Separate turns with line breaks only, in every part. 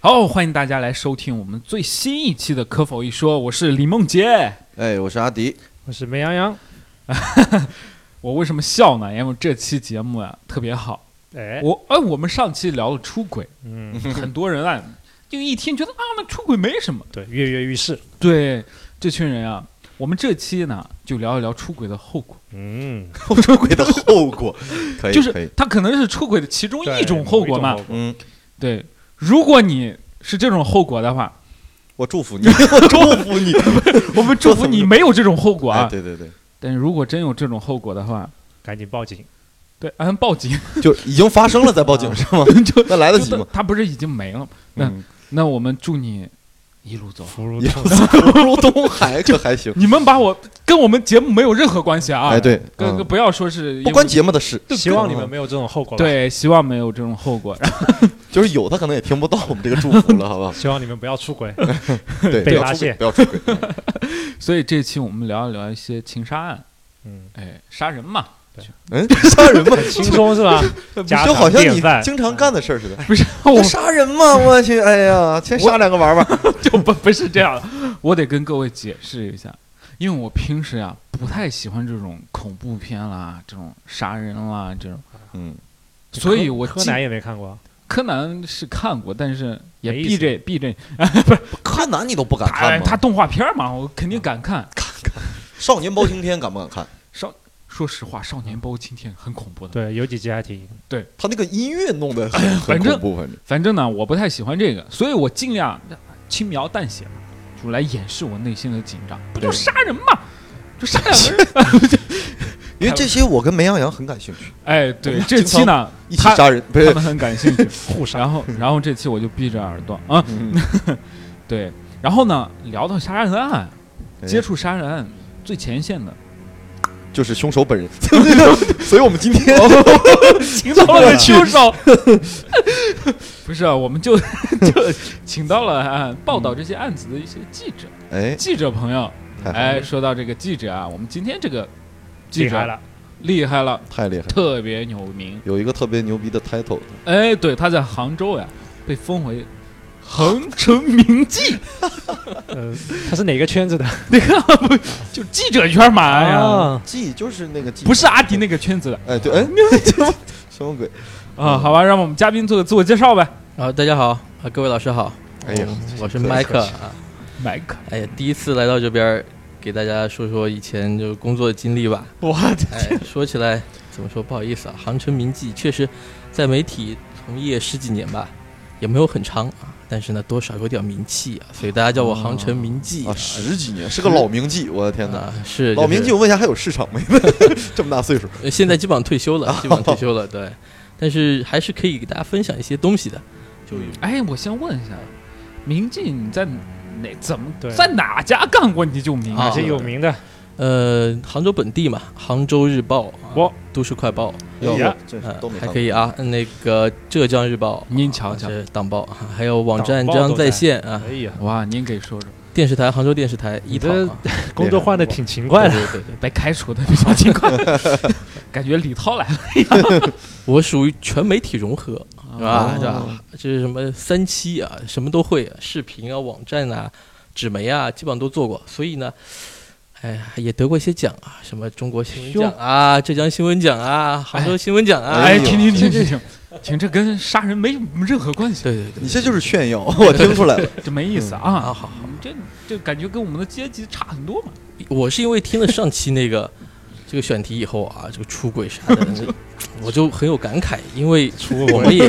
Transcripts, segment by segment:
好，欢迎大家来收听我们最新一期的《可否一说》，我是李梦洁。
哎，我是阿迪。
我是梅洋洋。
我为什么笑呢？因为这期节目啊特别好。
哎，
我哎，我们上期聊了出轨，
嗯，
很多人啊就一听觉得啊，那出轨没什么。
对，跃跃欲试。
对，这群人啊，我们这期呢就聊一聊出轨的后果，
嗯，
出轨的后果，可以，
就
可以
是，他可能是出轨的其中
对
一种后果嘛。
某一种
嗯，
对，如果你是这种后果的话，
我祝福你，我祝福 你。
我们祝福你没有这种后果
哎，
啊。
对对对，
但是如果真有这种后果的话，
赶紧报警。
对，按报警
就已经发生了再报警是吗？
就
那来得及
就
吗？
他不是已经没了吗？那
嗯，
那我们祝你一路走好。
福如
也
东
不如东海可还行。
你们把我跟我们节目没有任何关系啊！
哎，，对，
跟
嗯
跟不要说是因为
不关节目的事，
希望你们没有这种后果。，
对，希望没有这种后果。然后
就是有他可能也听不到我们这个祝福了，好不好？
希望你们不要出轨。
对，
被
不要
发
出轨，
现
不要出轨。嗯
所以这期我们聊一聊一些情杀案，
嗯，
哎，杀人嘛，
嗯，杀 人吗？
很轻松是吧？家
就好
常
像
便
你
饭。
经常干的事儿似的。
不是 我
这杀人吗？我去，哎呀，先杀两个玩玩。
就不不是这样的， 我得跟各位解释一下，因为我平时啊不太喜欢这种恐怖片啦，这种杀人啦这种，
嗯，
所以我
柯
记
南也没看过，
柯南是看过，但是也
没意思
B J B J，
柯南你都不敢
他
看
他
吗？
动画片嘛，我肯定敢看。
少年包青天敢不敢看？
说实话，《少年包青天》很恐怖的，
对，有几集 还挺
他那个音乐弄得很很
反正
恐怖，反正。
反正呢，我不太喜欢这个，所以我尽量呃轻描淡写，就来掩饰我内心的紧张。不就杀人嘛，就杀两个人。
因为这些我跟梅洋洋很感兴趣，
哎， 对，这期呢，
一起
他
杀人不
他
是
们很感兴 趣。
互杀。
然后，然后这期我就闭着耳朵啊、
嗯
对。然后呢，聊到杀人案，
哎
接触杀人案最前线 的，
嗯就是凶手本人， 所以我们今天
请到了 凶手。不是啊，我们就 就请到了、啊、报道这些案子的一些记者，
哎，
记者朋友。
太好了
哎，说到这个记者啊，我们今天这个记
厉
者
害了，
厉害了，
太厉害了，
特别有名。
有一个特别牛逼的 title，
哎，对，他在杭州呀，被封为杭城名妓，
呃，他是哪个圈子的？
你看不就记者圈嘛？哎呀，
啊，
记就是那个记，
不是阿迪那个圈子的
哎对哎，什么鬼？
啊。
嗯
好吧，让我们嘉宾做个自我介绍呗。
啊，大家好，啊，各位老师好，
哎呀，
我是
客气
麦克
客气
啊，
麦克，
哎呀，第一次来到这边儿，给大家说说以前就工作的经历吧。
我
哎，说起来怎么说不好意思啊，杭城名记确实在媒体从业十几年吧，也没有很长啊，但是呢多少有点名气啊，所以大家叫我杭城名记
啊，十几年是个老名妓，我的天哪！
啊是
老名记，
就
我问一下还有市场没？ 这么大岁数，
是呃现在基本上退休 了，基本上退休了，对，但是还是可以给大家分享一些东西的，就
嗯
有
哎，我先问一下，明记你在哪怎么
对
在哪家干过你就明
啊
哪
了？
些有
哎
名的？
呃杭州本地嘛，杭州日报、啊
哇
都市快报。
有
哎呦这
呃
都没
还
看
可
过。
以啊，那个浙江日报，
您瞧瞧
啊这党报，啊还有网站
党报
浙
都
江在
在
线啊，
哎呀，
哇，您给说说，
电视台杭州电视台一
你
套
这
啊，
工作换的挺勤快
对
的。
对对对，
被开除的比较勤 快，感觉李涛来了
我属于全媒体融合，是
啊
吧？
哦
是吧？这是什么三期啊，什么都会啊，视频啊，网站啊，纸媒啊，基本上都做过，所以呢。哎呀，也得过一些奖啊，什么中国新闻奖啊、浙江新闻奖啊、杭州新闻奖啊。
哎，
呦
停 停停停停，停，这跟杀人没任何关系，
对对对，
你这就是炫耀， 我听出来了。
这没意思啊！
啊，好好。
你这这感觉跟我们的阶级差很多嘛。
我是因为听了上期那个 这个选题以后啊，这个 出轨啥的，我就很有感慨，因为我们也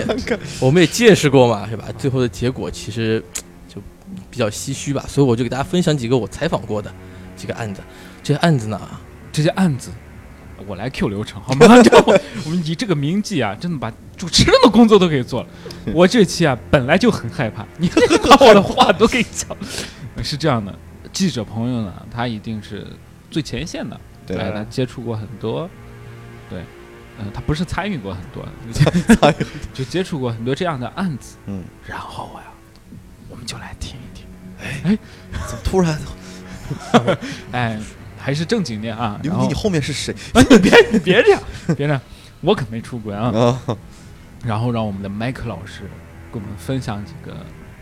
我们也见识过嘛，是吧？最后的结果其实就比较唏嘘吧，所以我就给大家分享几个我采访过的几个案子。这些案子呢，
这些案子，我来 Q 流程好 吗？这我我们以这个名记啊，真的把主持人的工作都给做了。 我这期啊本来就很害怕， 你把我的话都给讲了。是这样的，记者朋友呢，他一定是最前线的，
对，
哎他接触过很多，对，嗯、他不是参与过很多，
参与
就接触过很多这样的案子。
嗯，
然后呀、我们就来听一听。
怎么突然，
哎，还是正经点啊。
刘
然后
迪，你后面是谁
啊， 你别你别这样，别这样，我可没出轨啊。
啊？
然后让我们的麦克老师给我们分享几个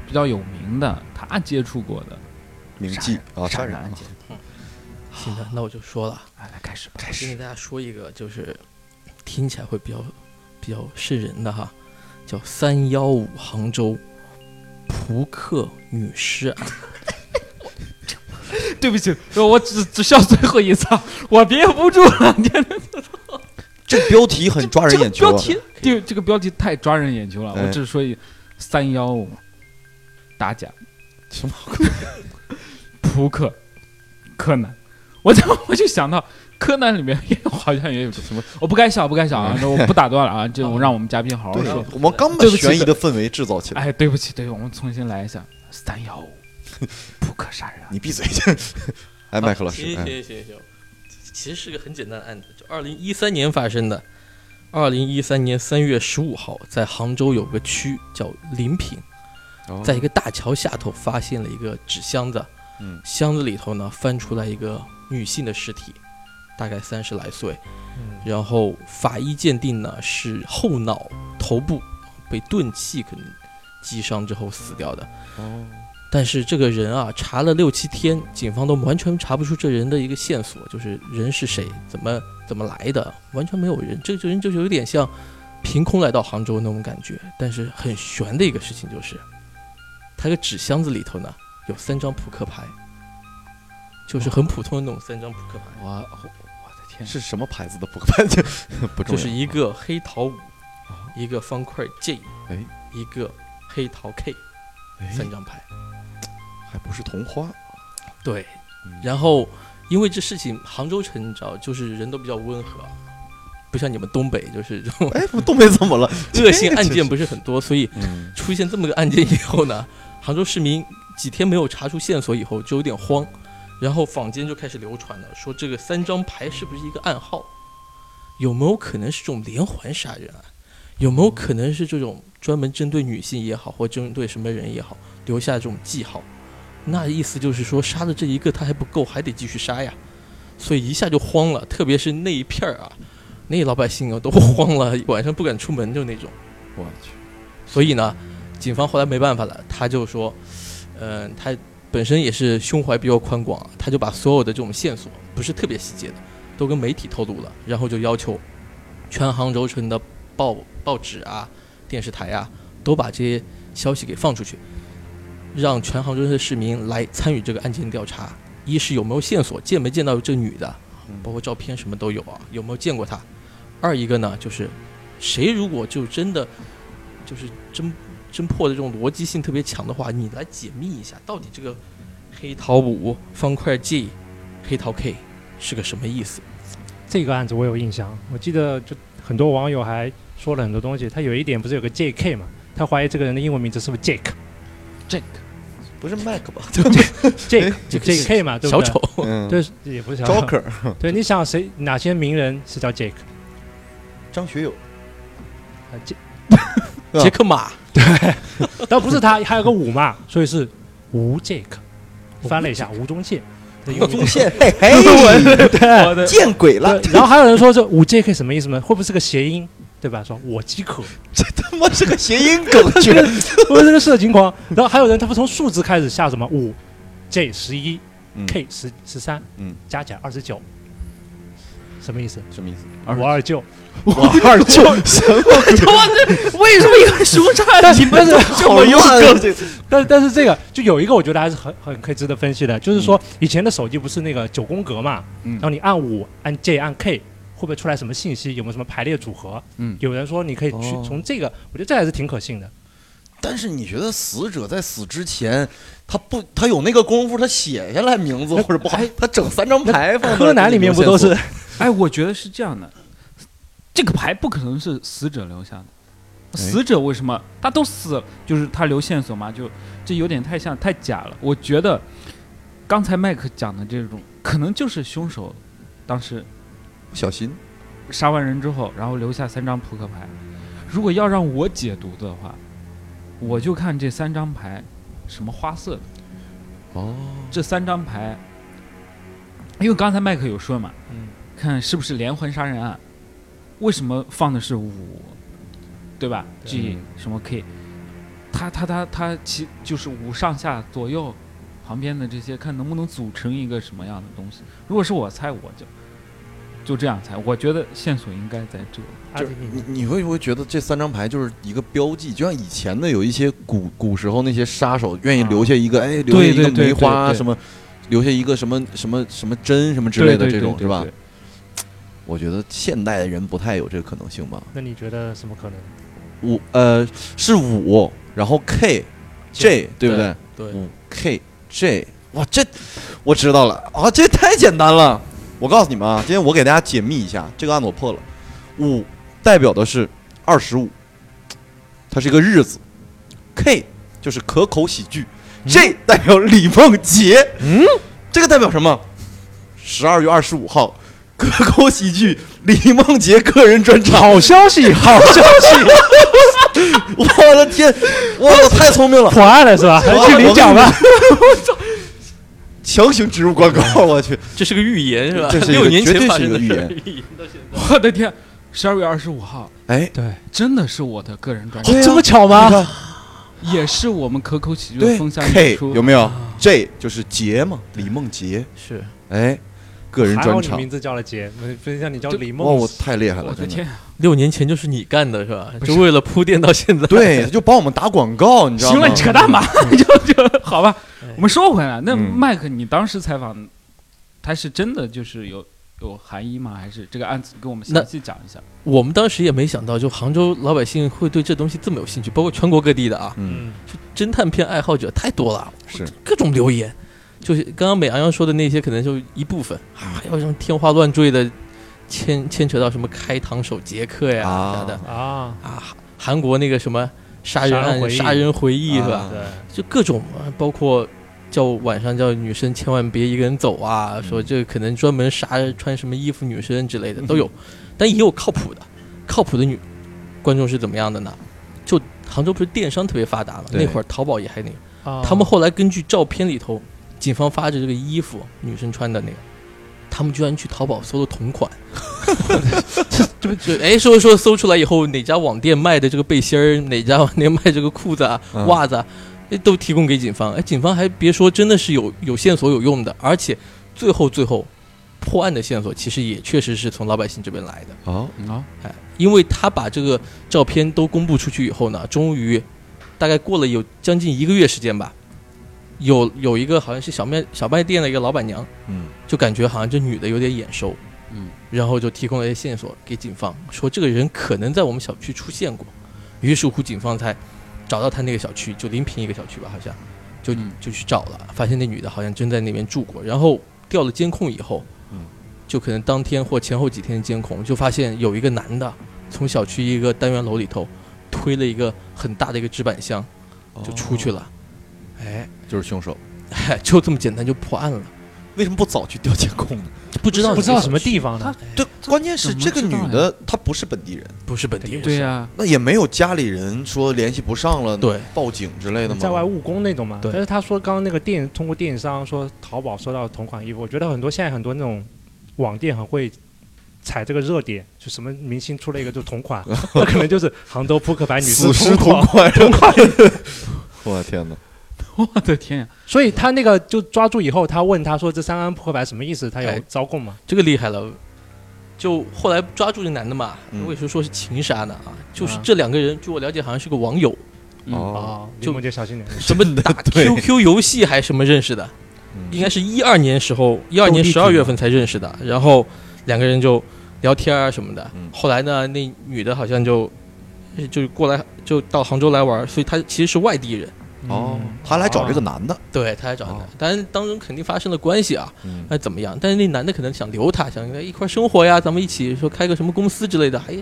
比较有名的，他接触过的
铭记啊，
杀
杀
人
人
案
啊
件。
行的，那我就说了，
哎，来开始吧。
开
先给
始
大家说一个，就是听起来会比较比较瘆人的哈，叫三幺五杭州扑克女尸案。
对不起，我只只笑最后一次啊， 我憋不住了。你看
这个标题很抓人眼
这
球
个标
啊，
题，对这个标题太抓人眼球了。
哎
我只说一三幺五打假
什么
扑克柯南，我就我就想到柯南里面也有好像也有这
什么？
我不该笑，不该笑啊！这我不打断了啊，这 我让我们嘉宾好好
哎对啊
说。，
我们刚把
对不起
悬疑的氛围制造起来。
哎，对不起，对，我们重新来一下三幺五 扑克杀人案。
你闭嘴！哎，麦克老师
行，
哎
行行行，其实是个很简单的案子，就二零一三年发生的。二零一三年三月十五号，在杭州有个区叫临平，
哦
在一个大桥下头发现了一个纸箱子，
嗯
箱子里头呢翻出来一个女性的尸体，大概三十来岁，
嗯
然后法医鉴定呢是后脑、头部被钝器可能击伤之后死掉的。
哦，
但是这个人啊，查了六七天，警方都完全查不出这人的一个线索，就是人是谁，怎么怎么来的，完全没有人。这个人就是有点像凭空来到杭州那种感觉。但是很悬的一个事情就是，他个纸箱子里头呢有三张扑克牌，就是很普通的那种三张扑克牌。
我我我的天，
是什么牌子的扑克牌？这不
就
重要。啊
是一个黑桃五，一个方块 J，
哎
一个黑桃 K，
哎
三张牌。
还不是同花，
对
嗯，
然后因为这事情，杭州城你知道，就是人都比较温和，不像你们东北，就是这 种
哎，不，东北怎么了？
恶性案件不是很多，所以
嗯，
出现这么个案件以后呢，杭州市民几天没有查出线索以后就有点慌，然后坊间就开始流传了，说这个三张牌是不是一个暗号？有没有可能是这种连环杀人案？有没有可能是这种专门针对女性也好，或针对什么人也好，留下这种记号？那意思就是说，杀了这一个他还不够，还得继续杀呀。所以一下就慌了，特别是那一片儿啊，那老百姓啊都 慌了，晚上不敢出门就那种。
我去，
所以呢，警方后来没办法了，他就说，嗯、他本身也是胸怀比较宽广，他就把所有的这种线索，不是特别细节的，都跟媒体透露了，然后就要求全杭州城的报报纸啊、电视台啊，都把这些消息给放出去，让全杭州市的市民来参与这个案件调查。一是有没有线索，见没见到这女的，包括照片什么都有啊，有没有见过她？二一个呢，就是谁如果就真的就是侦侦破的这种逻辑性特别强的话，你来解密一下，到底这个黑桃五、方块 G、黑桃 K 是个什么意思？
这个案子我有印象，我记得就很多网友还说了很多东西。他有一点不是有个 J.K. 嘛？他怀疑这个人的英文名字是不是 Jake？Jake
这个
不是麦 克吧
就 J.K. 嘛，对不
小
对？
丑，
嗯
对，也不是小丑。
，Joker，
对，你想谁哪些名人是叫 Jake？
张学友，
啊，J-
对啊
杰克马，
但不是他，还有个武嘛，所以是吴 Jake。翻了一下，吴宗宪。
吴宗宪， 嘿嘿，
对，
的
见鬼 了！
对然后还有人说这五 J.K. 什么意思呢？会不会是个谐音？对吧？说我饥渴，
这他妈是个谐音梗，居然
我是个色情狂。然后还有人，他不从数字开始下什么五 J 十一
嗯
K 十十三，
嗯，
加起来二十九，什么意思？
什么意思？
五二九。
我二 舅，什么鬼？
为什么一个熊叉你们
好用梗，这
但但是这个就有一个我觉得还是很很可以值得分析的，就是说以前的手机不是那个九宫格嘛，
嗯
然后你按五、按 J、按 K 会不会出来什么信息？有没有什么排列组合？
嗯
有人说你可以去
哦
从这个，我觉得这还是挺可信的。
但是你觉得死者在死之前，他不，他有那个功夫，他写下来名字或者不好，他整三张牌放
柯南里面不都是？
哎，我觉得是这样的，这个牌不可能是死者留下的。死者为什么他都死了？就是他留线索嘛，就这有点太像太假了。我觉得刚才麦克讲的这种，可能就是凶手当时
不小心？
杀完人之后，然后留下三张扑克牌。如果要让我解读的话，我就看这三张牌什么花色的。
哦，
这三张牌，因为刚才麦克有说嘛，
嗯
看是不是连环杀人案，为什么放的是五，对吧
对
？G 什么 K，他他他他其就是五上下左右旁边的这些，看能不能组成一个什么样的东西。如果是我猜，我就就这样猜。我觉得线索应该在这。
阿
就是
迪
你你会不会觉得这三张牌就是一个标记？就像以前的有一些古古时候那些杀手愿意留下一个，哎，留下
对
一个
对对
梅花啊
对对
什么，留下一个什么什么什么针什么之类的
对对
这种
对
是吧
对？
我觉得现代的人不太有这个可能性吧。
那你觉得什么可能？
五呃是五，然后 K J 对不对？嗯
对，
嗯
五 K J，哇，这我知道了啊，这太简单了。我告诉你们啊，今天我给大家解密一下，这个案子我破了。五代表的是二十五，它是一个日子。K 就是可口喜剧、j
嗯
代表李梦洁。嗯，这个代表什么？十二月二十五号，可口喜剧李梦洁个人专场。
好消息，好消息，
我的天，我操，太聪 明了！
破案了是吧？
我
去领奖吧。
强行植入广告，我去，
这是个预言是吧？
这是一个
六年
绝
前
对
发
是一
生
个
的
预
事
言
儿。预言到现在
我的天，十二月二十五号
哎，
对，
真的是我的个人专场，
对啊
哦这么巧
你
吗？
看
也是我们可口喜剧的
对
风向演
K
出。啊
有没有？J 就是杰嘛，李梦杰，
是
哎，个人
还好
专
你
场，
名字叫了杰，不是不是像你叫李
哇，我
梦。
太厉害
我
了，
的
真的。
天，啊
六年前就是你干的是吧？
不是
就为了铺垫到现在。
对，他就帮我们打广告，你知道
行
吗
了，？扯淡吧， 就就好吧
哎。
我们说回来，那
嗯
麦克，你当时采访，他是真的就是有有含义吗？还是这个案子给我们详细讲
哦
一下？
我们当时也没想到，就杭州老百姓会对这东西这么有兴趣，包括全国各地的啊，
嗯，
嗯，
侦探片爱好者太多了，
是
各种留言，就是刚刚美羊羊说的那些，可能就一部分，
啊
还有什么天花乱坠的，牵牵扯到什么开膛手杰克呀
啊
啥的
啊，
啊，韩国那个什么杀人
杀人
案、
回忆
杀人回忆是吧
啊？
对，
就各种，啊包括叫晚上叫女生千万别一个人走啊，说这可能专门杀穿什么衣服女生之类的都有，但也有靠谱的，靠谱的女观众是怎么样的呢？就杭州不是电商特别发达嘛，
对
那会儿淘宝也还那个，
啊
他们后来根据照片里头，警方发着这个衣服女生穿的那个，他们居然去淘宝搜了同款。 这这哎，说说搜出来以后，哪家网店卖的这个背心儿，哪家网店卖这个裤子啊、
嗯
袜子啊，哎都提供给警方。哎，警方还别说，真的是有有线索有用的，而且最后最后破案的线索其实也确实是从老百姓这边来的。
嗯好，
啊，
哎，因为他把这个照片都公布出去以后呢，终于大概过了有将近一个月时间吧，有有一个好像是小卖小卖店的一个老板娘，
嗯，
就感觉好像这女的有点眼熟，
嗯，
然后就提供了一些线索给警方，说这个人可能在我们小区出现过，于是乎警方才找到他那个小区，就临平一个小区吧，好像就
嗯
就去找了，发现那女的好像真在那边住过，然后调了监控以后，
嗯，
就可能当天或前后几天的监控，就发现有一个男的从小区一个单元楼里头推了一个很大的一个纸板箱嗯
哦
就出去了，哎
就是凶手，
哎，就这么简单就破案了，
为什么不早去调监控呢？
不知道
不知道什么
地
地方的
他，
对，关键是
怎么
这个
知
女
道
的她不是本地人，
不是本地人，
对呀、
那也没有家里人说联系不上了，
对，
报警之类的吗？
在外务工那种嘛。
对
但是他说刚刚那个电通过电商说淘宝收到同款衣服，我觉得很多现在很多那种网店很会。踩这个热点，就什么明星出了一个就同款，那可能就是杭州扑克牌女
死
士
尸
同
同款，
款，同款。
我的天哪！
我的天呀、
所以他那个就抓住以后，他问他说这三张扑克牌什么意思？他有
哎
招供吗？
这个厉害了。就后来抓住这男的嘛，
嗯
为什么说是情杀呢？啊，就是
啊
这两个人，据我了解，好像是个网友，啊
嗯
哦，
哦，
就
李梦洁小心点。
什么 打
对
QQ 游戏还什么认识的，
嗯
应该是一二年时候，一二年
地
十
址
二月份才认识的。然后两个人就聊天啊什么的
嗯。
后来呢，那女的好像就就过来就到杭州来玩，所以她其实是外地人，
嗯
哦，
嗯
他来
啊
找这个男的，
对，她来找的
哦。
当然当中肯定发生了关系啊，
嗯
那怎么样？但是那男的可能想留她，想一块儿生活呀，咱们一起说开个什么公司之类的，还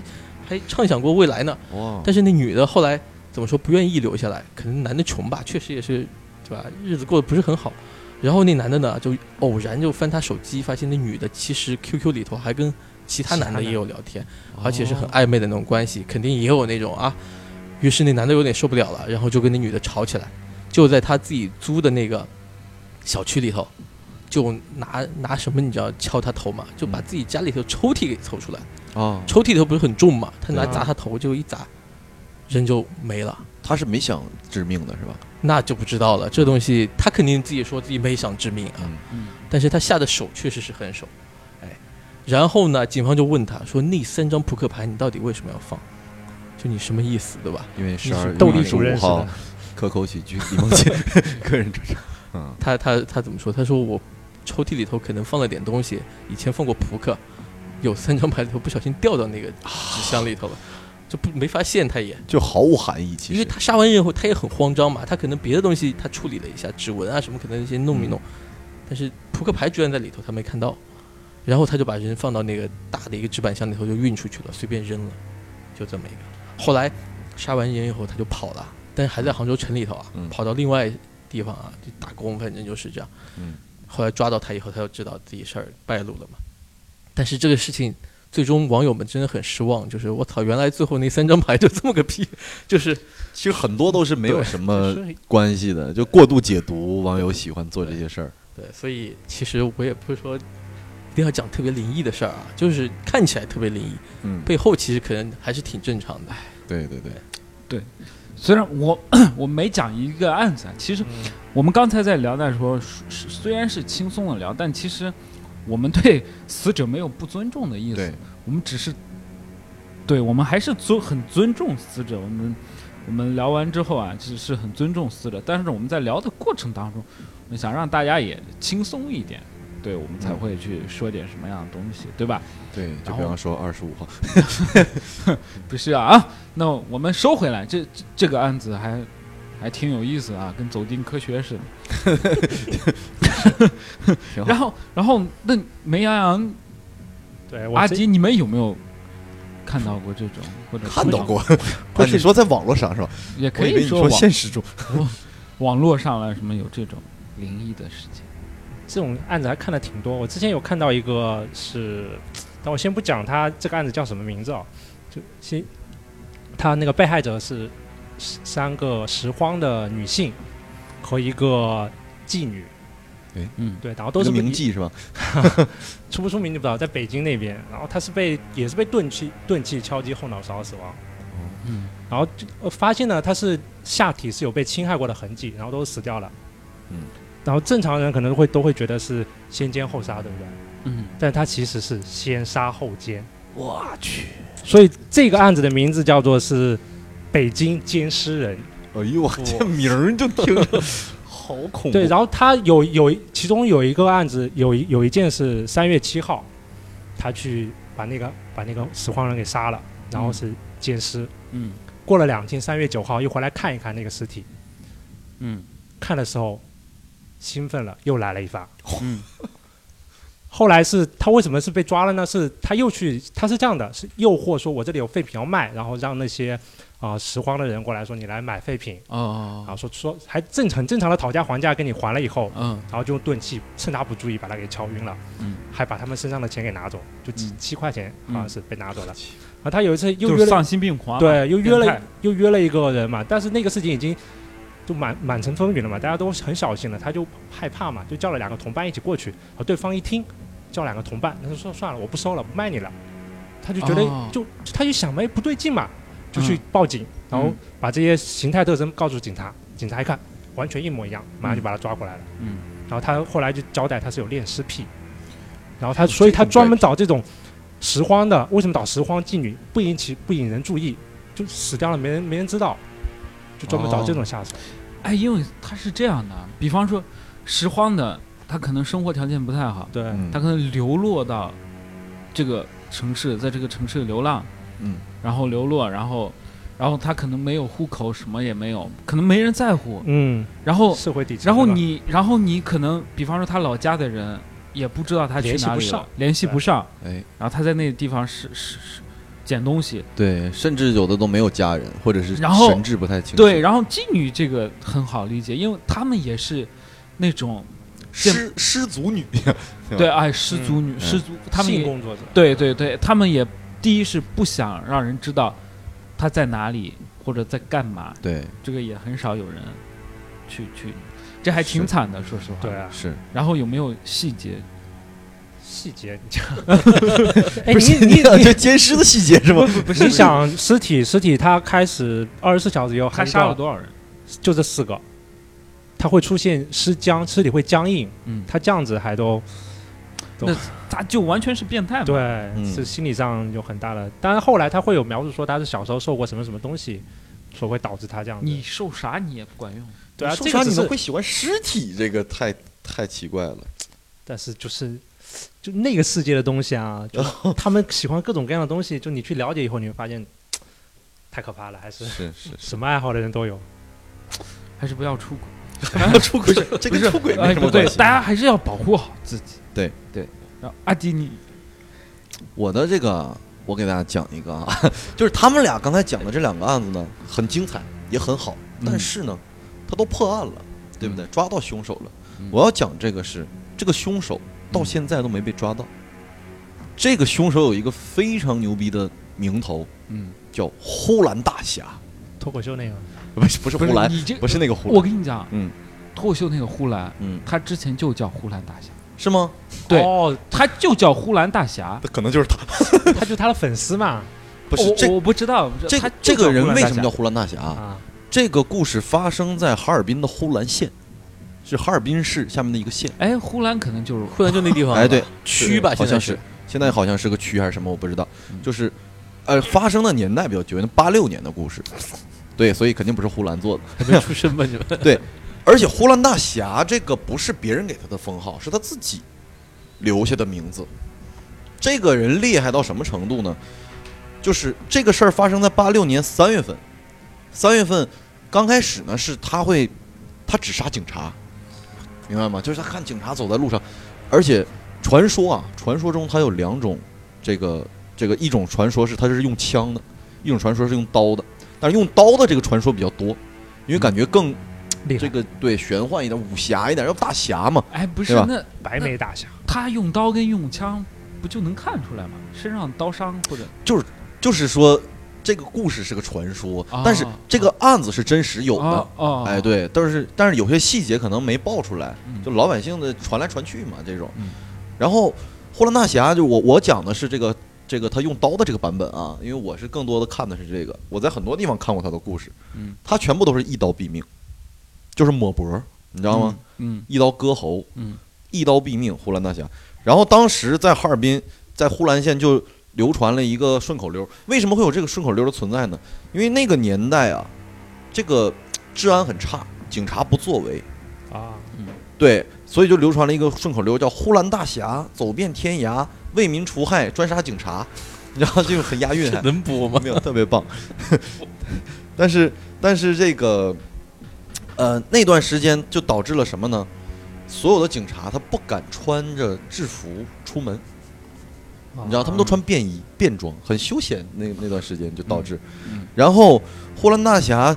还畅想过未来呢。
哇，
但是那女的后来怎么说不愿意留下来，可能男的穷吧，确实也是，对吧？日子过得不是很好。然后那男的呢，就偶然就翻他手机，发现那女的其实 QQ 里头还跟其他男的也有聊天，而且是
哦
很暧昧的那种关系，肯定也有那种啊。于是那男的有点受不了了，然后就跟那女的吵起来，就在他自己租的那个小区里头，就拿拿什么你知道敲他头嘛，就把自己家里头抽屉给抽出来。
啊，
抽屉头不是很重嘛，他拿
对啊
砸他头就一砸，人就没了。
他是没想致命的是吧？
那就不知道了，这东西他肯定自己说自己没想致命啊，
嗯
嗯
但是他下的手确实是狠手，哎，然后呢，警方就问他说：“那三张扑克牌你到底为什么要放？就你什么意思，对吧
因为十
你
二
是
月
斗地
二十
主认
五
识的
号，可口喜剧李梦洁个人主场，？”嗯，
他他他怎么说？他说我抽屉里头可能放了点东西，以前放过扑克，有三张牌里头不小心掉到那个纸箱里头了，这不没法陷他也，
就毫无含义。其
因为
实
他杀完人后他也很慌张嘛，他可能别的东西他处理了一下，指纹啊什么可能先弄一弄，
嗯
但是扑克牌居然在里头，他没看到，然后他就把人放到那个大的一个纸板箱里头就运出去了，随便扔了，就这么一个。后来杀完人以后他就跑了，但是还在杭州城里头啊，
嗯
跑到另外地方啊就打工，反正就是这样。
嗯
后来抓到他以后，他就知道自己事儿败露了嘛。但是这个事情最终网友们真的很失望，就是我操，原来最后那三张牌就这么个屁，就是
其实很多都是没有
对
什
就
么
是
关系的，就过度解读，网友喜欢做这些事儿。
对，所以其实我也不是说一定要讲特别灵异的事儿啊，就是看起来特别灵异，
嗯，
背后其实可能还是挺正常的。
对对对，
虽然我 我每讲一个案子啊，其实
嗯
我们刚才在聊的时候，是虽然是轻松的聊，但其实我们对死者没有不尊重的意思
对，
我们只是对我们还是尊很尊重死者。我们我们聊完之后啊，是是很尊重死者，但是我们在聊的过程当中，我们想让大家也轻松一点，对我们才
嗯
会去说点什么样的东西，对吧？
对，就
然
比
后
方说二十五号，
不是啊啊，那我们收回来，这这这个案子还还挺有意思啊，跟走进科学似的。
挺 好
然后，然后那梅洋洋、
对我
阿
这
吉，你们有没有看到过这种或者
看到过，
不
啊，
是
你说在网络上是吧？
也
我
可
以为
以
你
网
说现实中，
网络上了什么有这种灵异的事情？
这种案子还看的挺多。我之前有看到一个是，但我先不讲他这个案子叫什么名字哦，就先他那个被害者是十三个拾荒的女性和一个妓女，
嗯，
对，然后都
一
是
个
被
名妓是吧？
出不出名就不知道，在北京那边，然后他是被也是被钝器钝器敲击后脑勺死亡。
嗯，
然后就呃发现呢，他是下体是有被侵害过的痕迹，然后都死掉了。
嗯，
然后正常人可能会都会觉得是先奸后杀，对不对？
嗯，
但他其实是先杀后奸，
我去，
所以这个案子的名字叫做是北京奸尸人。
哎呦，我这名儿就听着好恐怖。
对，然后他有有一其中有一个案子，有一有一件是三月七号，他去把那个把那个拾荒人给杀了，然后是奸尸。
嗯
过了两天，三月九号又回来看一看那个尸体，
嗯
看的时候兴奋了，又来了一发。
嗯
后来是他为什么是被抓了呢？是他又去，他是这样的，是诱惑说我这里有废品要卖，然后让那些啊、呃拾荒的人过来说你来买废品，然
哦
后说说还正很正常的讨价还价跟你还了以后，
嗯
然后就用钝器趁他不注意把他给敲晕了，
嗯
还把他们身上的钱给拿走，就几、
嗯
七块钱好像
嗯
是被拿
哦
走了。然后他有一次
就
又约
是
了
丧心病狂嘛，啊
对，又约
变
了
态
又约了一个人嘛，但是那个事情已经就满满城风雨了嘛，大家都很小心了，他就害怕嘛，就叫了两个同伴一起过去，然后对方一听叫两个同伴，他就说算了，我不收了，不卖你了，他就觉得、
哦
就他就想嘛，哎不对劲嘛，就去
嗯
报警，然后
嗯
把这些形态特征告诉警察，警察一看完全一模一样，马上就把他抓过来了。
嗯，哦
然后他后来就交代他是有恋尸癖，然后他所以他专门找这种拾荒的，为什么找拾荒妓女不引起不引人注意，就死掉了没人没人知道，就专门找这种下手。
哎，因为他是这样的，比方说拾荒的，他可能生活条件不太好，
对，
嗯
他可能流落到这个城市，在这个城市流浪，
嗯，
然后流落，然后，然后他可能没有户口，什么也没有，可能没人在乎，
嗯，
然后，
社会底层。
哦然后你，然后你可能，比方说他老家的人也不知道他去
联系
哪
不
里了
上，
联系不上，
哎，
然后他在那个地方是是是捡东西，
对，甚至有的都没有家人，或者是
然后
神志不太清楚。
对，，然后妓女这个很好理解，因为他们也是那种
失失足女，对吧
对哎失足女、失足，他们
性
也啊
工作者，
对对对，他们也第一是不想让人知道他在哪里或者在干嘛，
对，
这个也很少有人去去，这还挺
是
惨的，说实话。
对啊，
是
然后有没有细节？
细节，你讲，哎，
不是
你 你
这奸尸的细节是吗？
不不
你想尸体尸体它开始二十四小时以后，
他杀了多少人？
就这四个，它会出现尸僵，尸体会僵硬，
嗯
它这样子还都
他就完全是变态嘛。
对，
嗯
是心理上有很大的。当然后来他会有描述说他是小时候受过什么什么东西，所会导致他这样子。
你受啥你也不管用。
对啊，
说
这
啥
个只
你们
是，
会喜欢尸体，这个太太奇怪了。
但是就是。就那个世界的东西啊， 就他们喜欢各种各样的东西，就你去了解以后，你会发现，太可怕了，还是
是是，
什么爱好的人都有。
还是不要出轨。
出轨这跟出轨没
哎，
什么
不对
关，系。
大家还是要保护好自己。
对
对。然后阿迪，你
我的这个，我给大家讲一个啊， 就是他们俩刚才讲的这两个案子呢，很精彩，也很好，但是呢，他都破案了，对不对？抓到凶手了。
嗯
我要讲这个是这个凶手到现在都没被抓到。这个凶手有一个非常牛逼的名头，
嗯，
叫呼兰大侠，
脱口秀那个，
不是不是
不
呼
是
兰，
你这
不是那个呼
我
兰，
跟你讲，
嗯
脱口秀那个呼兰，
嗯，
他之前就叫呼兰大侠，
是吗？
对
哦，
他就叫呼兰大侠。
可能就是他，
他就他的粉丝嘛，
不是
我
这
我不知道，
这
他
个这个人为什么叫
叫
呼兰大侠？
啊，
这个故事发生在哈尔滨的呼兰县，是哈尔滨市下面的一个县。
呼兰大侠？哎，呼兰可能就是
忽然就那地方吧，
哎，对，
区吧，
好
现
像
在
是，现在好像是个区还是什么，我不知道
嗯。
就是，呃，发生的年代比较久远，八六年的故事。对，所以肯定不是呼兰做的。
还没出生吧？你们
而且呼兰大侠这个不是别人给他的封号，是他自己留下的名字。这个人厉害到什么程度呢？就是这个事儿发生在八六年三月份，三月份刚开始呢是他会，他只杀警察，明白吗？就是他看警察走在路上，而且传说啊，传说中他有两种这个这个一种传说是他是用枪的，一种传说是用刀的，但是用刀的这个传说比较多，因为感觉更
厉
这
害，
个对玄幻一点、武侠一点，要大侠嘛。
哎，不是
对吧
那
白眉大侠，
他用刀跟用枪不就能看出来吗？身上刀伤或者
就是说，这个故事是个传说，
啊
但是这个案子是真实有的。
哦哦，
哎，对，但是但是有些细节可能没爆出来，
嗯，
就老百姓的传来传去嘛这种
嗯。
然后呼兰大侠，就我我讲的是这个这个他用刀的这个版本啊，因为我是更多的看的是这个，我在很多地方看过他的故事
嗯，
他全部都是一刀毙命，就是抹脖，你知道吗？
嗯
一刀割喉，
嗯，
一刀毙命，呼兰大侠。然后当时在哈尔滨，在呼兰县就流传了一个顺口溜。为什么会有这个顺口溜的存在呢？因为那个年代啊，这个治安很差，警察不作为，
啊，
对，所以就流传了一个顺口溜，叫“呼兰大侠走遍天涯，为民除害，专杀警察”， 你知道这个很押韵，还啊
能播吗？
没有特别棒。 但是但是这个，呃，那段时间就导致了什么呢？所有的警察他不敢穿着制服出门，
嗯
你知道，他们都穿便衣便装，很休闲。那那段时间就导致，
嗯
然后呼兰大侠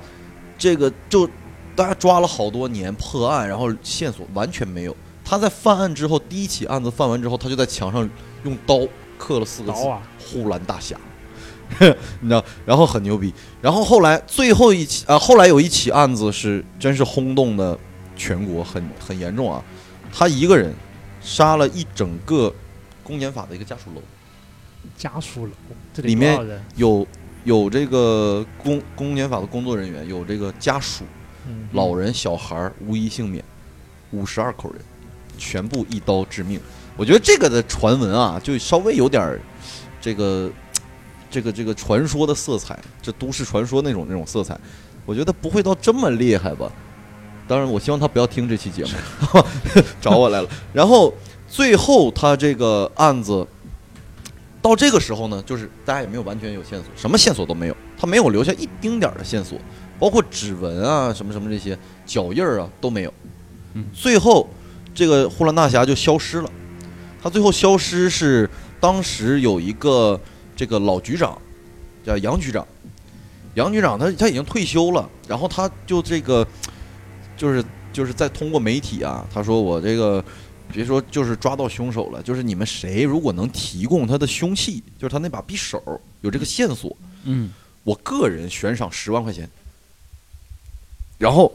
这个就大家抓了好多年破案，然后线索完全没有。他在犯案之后，第一起案子犯完之后，他就在墙上用刀刻了四个字
刀啊，
呼兰大侠， 你知道，然后很牛逼。然后后来最后一起啊、后来有一起案子是真是轰动的全国，很很严重啊。他一个人杀了一整个公检法的一个家属楼，
家属楼，这里
里面
多少人
有有这个公公检法的工作人员，有这个家属、
嗯
老人、小孩儿无一幸免，五十二口人，全部一刀致命。我觉得这个的传闻啊，就稍微有点儿这个这个这个传说的色彩，这都市传说那种那种色彩，我觉得不会到这么厉害吧。当然，我希望他不要听这期节目， 找我来了。然后最后他这个案子到这个时候呢，就是大家也没有完全有线索，什么线索都没有，他没有留下一丁点儿的线索，包括指纹啊什么什么这些脚印儿啊都没有。
嗯
最后这个呼兰大侠就消失了，他最后消失是当时有一个这个老局长叫杨局长，杨局长他他已经退休了，然后他就这个就是就是在通过媒体啊，他说我这个别说就是抓到凶手了，就是你们谁如果能提供他的凶器，就是他那把匕首有这个线索，
嗯，
我个人悬赏十万块钱。然后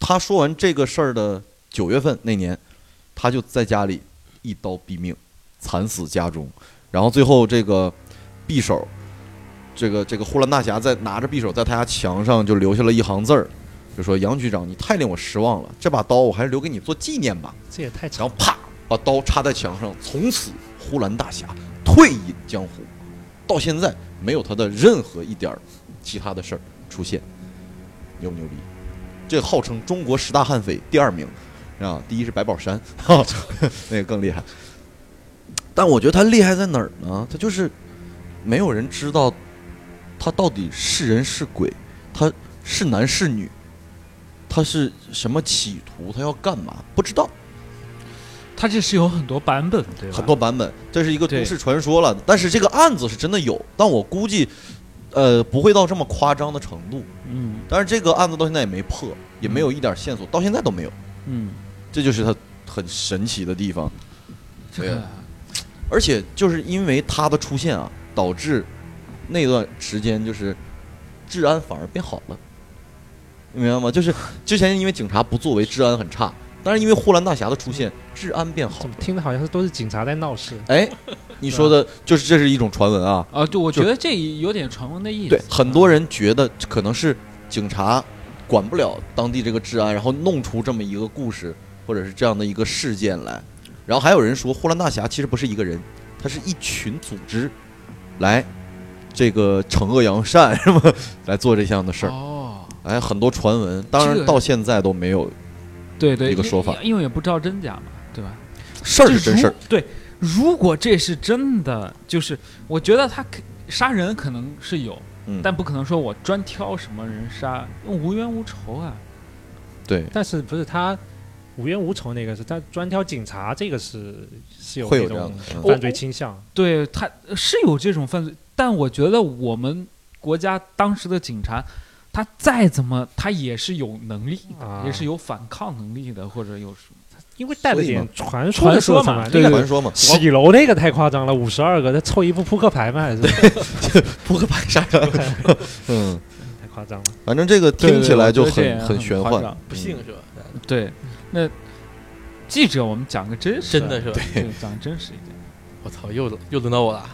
他说完这个事儿的九月份那年，他就在家里一刀毙命，惨死家中。然后最后这个匕首，这个这个呼兰大侠在拿着匕首在他家墙上就留下了一行字儿，就说杨局长你太令我失望了，这把刀我还是留给你做纪念吧。
这也太
然
长
后啪把刀插在墙上，从此呼兰大侠退隐江湖，到现在没有他的任何一点儿其他的事儿出现，牛不牛逼？这号称中国十大悍匪第二名啊，第一是白宝山，哈，那个更厉害。但我觉得他厉害在哪儿呢？他就是没有人知道他到底是人是鬼，他是男是女，他是什么企图，他要干嘛不知道。
他这是有很多版本，对吧？
很多版本，这是一个
对
都市传说了。但是这个案子是真的有，但我估计，呃，不会到这么夸张的程度。
嗯
但是这个案子到现在也没破，也没有一点线索，到现在都没有。
嗯，
这就是它很神奇的地方。
这
对
个
而且就是因为它的出现啊，导致那段时间就是治安反而变好了，你明白吗？就是之前因为警察不作为，治安很差。但是因为呼兰大侠的出现，治安变 好
怎。么听的好像是都是警察在闹事？
哎，你说的就是这是一种传闻啊，
啊，对，我
就
觉得这有点传闻的意思。
对，很多人觉得可能是警察管不了当地这个治安，然后弄出这么一个故事，或者是这样的一个事件来。然后还有人说，呼兰大侠其实不是一个人，他是一群组织来这个惩恶扬善，什么来做这项的事儿。
哦，
哎，很多传闻，当
这
然
个
到现在都没有
对对，
一个
因
说法
因因为也不知道真假嘛，对吧？
事儿是真事儿
就。如对，如果这是真的，就是我觉得他可杀人可能是有，
嗯，
但不可能说我专挑什么人杀，无冤无仇啊。
对，
但是不是他无冤无仇那个是，他专挑警察这个是是有
会有
那
这样
种
的嗯
犯罪倾向。
对他呃是有这种犯罪，但我觉得我们国家当时的警察，他再怎么他也是有能力的，
啊
也是有反抗能力的，或者有什么。
因为带了
所以
点
嘛
传说的
传说
色彩
嘛
那
对
个
传说嘛，
洗楼那个太夸张了，五十二个，他凑一副扑克牌吗？还是
扑克牌杀人，嗯，
太夸张了。
反正这个 听起来就
对对对我觉得这也
很
很
玄
夸
幻
张，
不信是吧？
对，那记者，我们讲个真实，
嗯真的是吧？
对，讲真实一 点。
我操，又又轮到我了。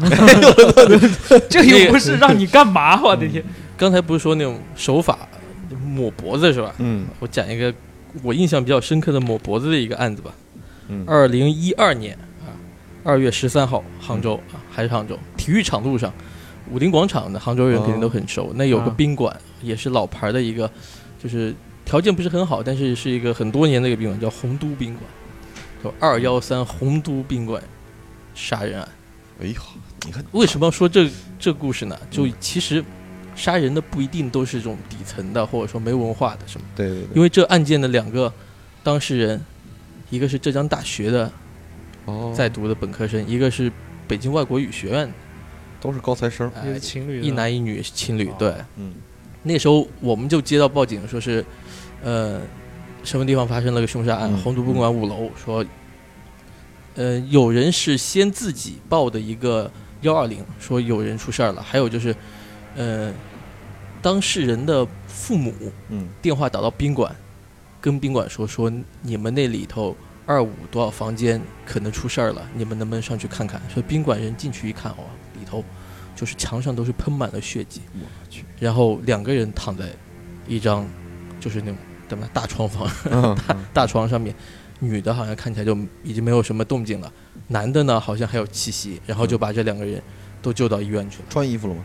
这又不是让你干嘛，啊我的天！
刚才不是说那种手法抹脖子是吧？
嗯
我讲一个我印象比较深刻的抹脖子的一个案子吧。
嗯
二零一二年啊，二月十三号，杭州啊，还是杭州体育场路上，武林广场的杭州人肯定都很熟。那有个
啊
宾馆，也是老牌的一个，就是条件不是很好，但是是一个很多年的一个宾馆，叫洪都宾馆，叫二幺三洪都宾馆杀人案。
哎呀，你看，
为什么要说这这故事呢？就其实杀人的不一定都是这种底层的，或者说没文化的什么。
对对
因
对，
为这案件的两个当事人，一个是浙江大学的
哦
在读的本科生，一个是北京外国语学院的，
都是高材生，
哎
也是情侣，
一男一女情侣
哦。
对，
嗯。
那时候我们就接到报警，说是，呃，什么地方发生了个凶杀案，
嗯
洪都宾馆五楼，说，呃，有人是先自己报的一个幺二零，说有人出事儿了，还有就是，呃，当事人的父母
嗯
电话打到宾馆，跟宾馆说说你们那里头二五多少房间可能出事儿了，你们能不能上去看看？说宾馆人进去一看，哇，哦里头就是墙上都是喷满了血迹，
我去，
然后两个人躺在一张就是那种什么大床房 大床上面，女的好像看起来就已经没有什么动静了，男的呢好像还有气息，然后就把这两个人都救到医院去了，
穿衣服了吗？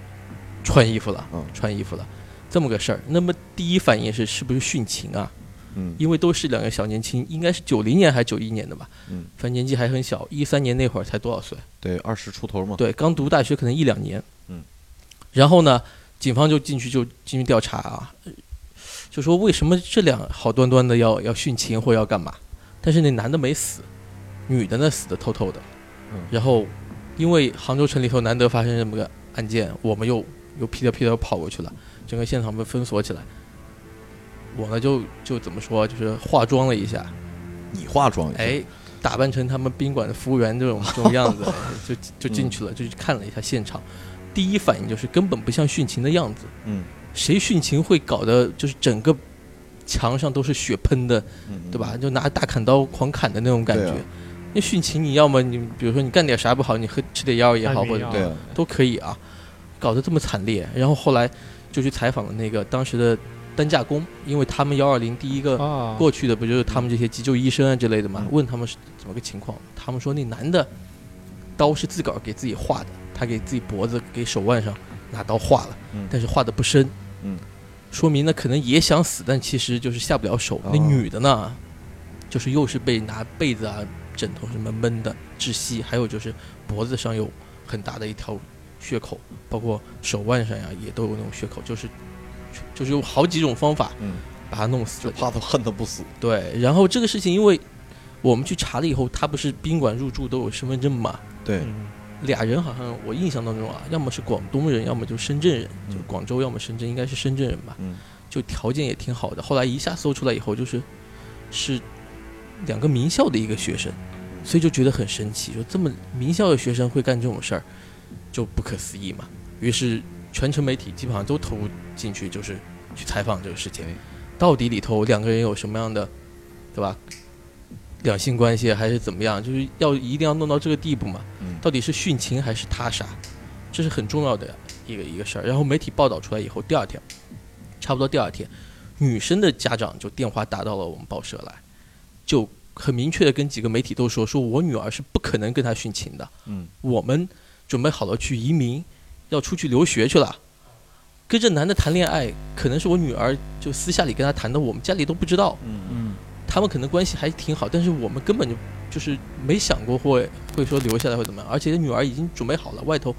穿衣服了
嗯，
穿衣服了，这么个事儿。那么第一反应是是不是殉情啊？
嗯
因为都是两个小年轻，应该是九零年还是九一年的吧，
嗯，
反正年纪还很小，一三年那会儿才多少岁？
对，二十出头嘛。
对，刚读大学可能一两年。
嗯，
然后呢，警方就进去就进去调查啊，呃就说为什么这两好端端的要要殉情或要干嘛？但是那男的没死，女的呢死的透透的。
嗯
然后因为杭州城里头难得发生这么个案件，我们又又屁颠屁颠跑过去了，整个现场被封锁起来。我呢就就怎么说，啊就是化妆了一下，
你化妆一下，
哎，打扮成他们宾馆的服务员这种这种样 子，哎就就
嗯
进去了，就去看了一下现场。第一反应就是根本不像殉情的样子，
嗯，
谁殉情会搞得就是整个墙上都是血喷的，
嗯，嗯
对吧？？就拿大砍刀狂砍的那种感觉
对啊。
因为殉情，你要么你比如说你干点啥不好，你喝吃点药也好，
安眠
或者
药
对啊，
都可以啊，搞得这么惨烈。然后后来就去采访了那个当时的担架工，因为他们幺二零第一个
啊，
过去的不就是他们这些急救医生啊之类的
嗯
嘛？问他们是怎么个情况，他们说那男的刀是自个儿给自己划的，他给自己脖子、给手腕上拿刀划了
嗯，
但是划的不深，
嗯，
说明呢可能也想死，但其实就是下不了手。那
哦
女的呢，就是又是被拿被子啊、枕头什么闷的窒息，还有就是脖子上有很大的一条血口，包括手腕上呀、也都有那种血口，就是就是有好几种方法，
嗯，
把他弄死的。
怕他恨他不死。
对，然后这个事情，因为我们去查了以后，他不是宾馆入住都有身份证嘛？
对，
嗯，
俩人好像我印象当中啊，要么是广东人，要么就深圳人，
嗯
就广州，要么深圳，应该是深圳人吧。
嗯，
就条件也挺好的。后来一下搜出来以后，就是是两个名校的一个学生，所以就觉得很神奇，说这么名校的学生会干这种事儿，就不可思议嘛。于是全程媒体基本上都投入进去，就是去采访这个事情
哎，
到底里头两个人有什么样的，对吧？两性关系还是怎么样？就是要一定要弄到这个地步嘛？
嗯
到底是殉情还是他杀？这是很重要的一个一个事儿。然后媒体报道出来以后，第二天，差不多第二天，女生的家长就电话打到了我们报社来，就很明确的跟几个媒体都说，说我女儿是不可能跟他殉情的，
嗯，
我们准备好了去移民，要出去留学去了。跟这男的谈恋爱，可能是我女儿就私下里跟他谈的，我们家里都不知道。
嗯，
嗯，
他们可能关系还挺好，但是我们根本就就是没想过会会说留下来会怎么样。而且女儿已经准备好了，外头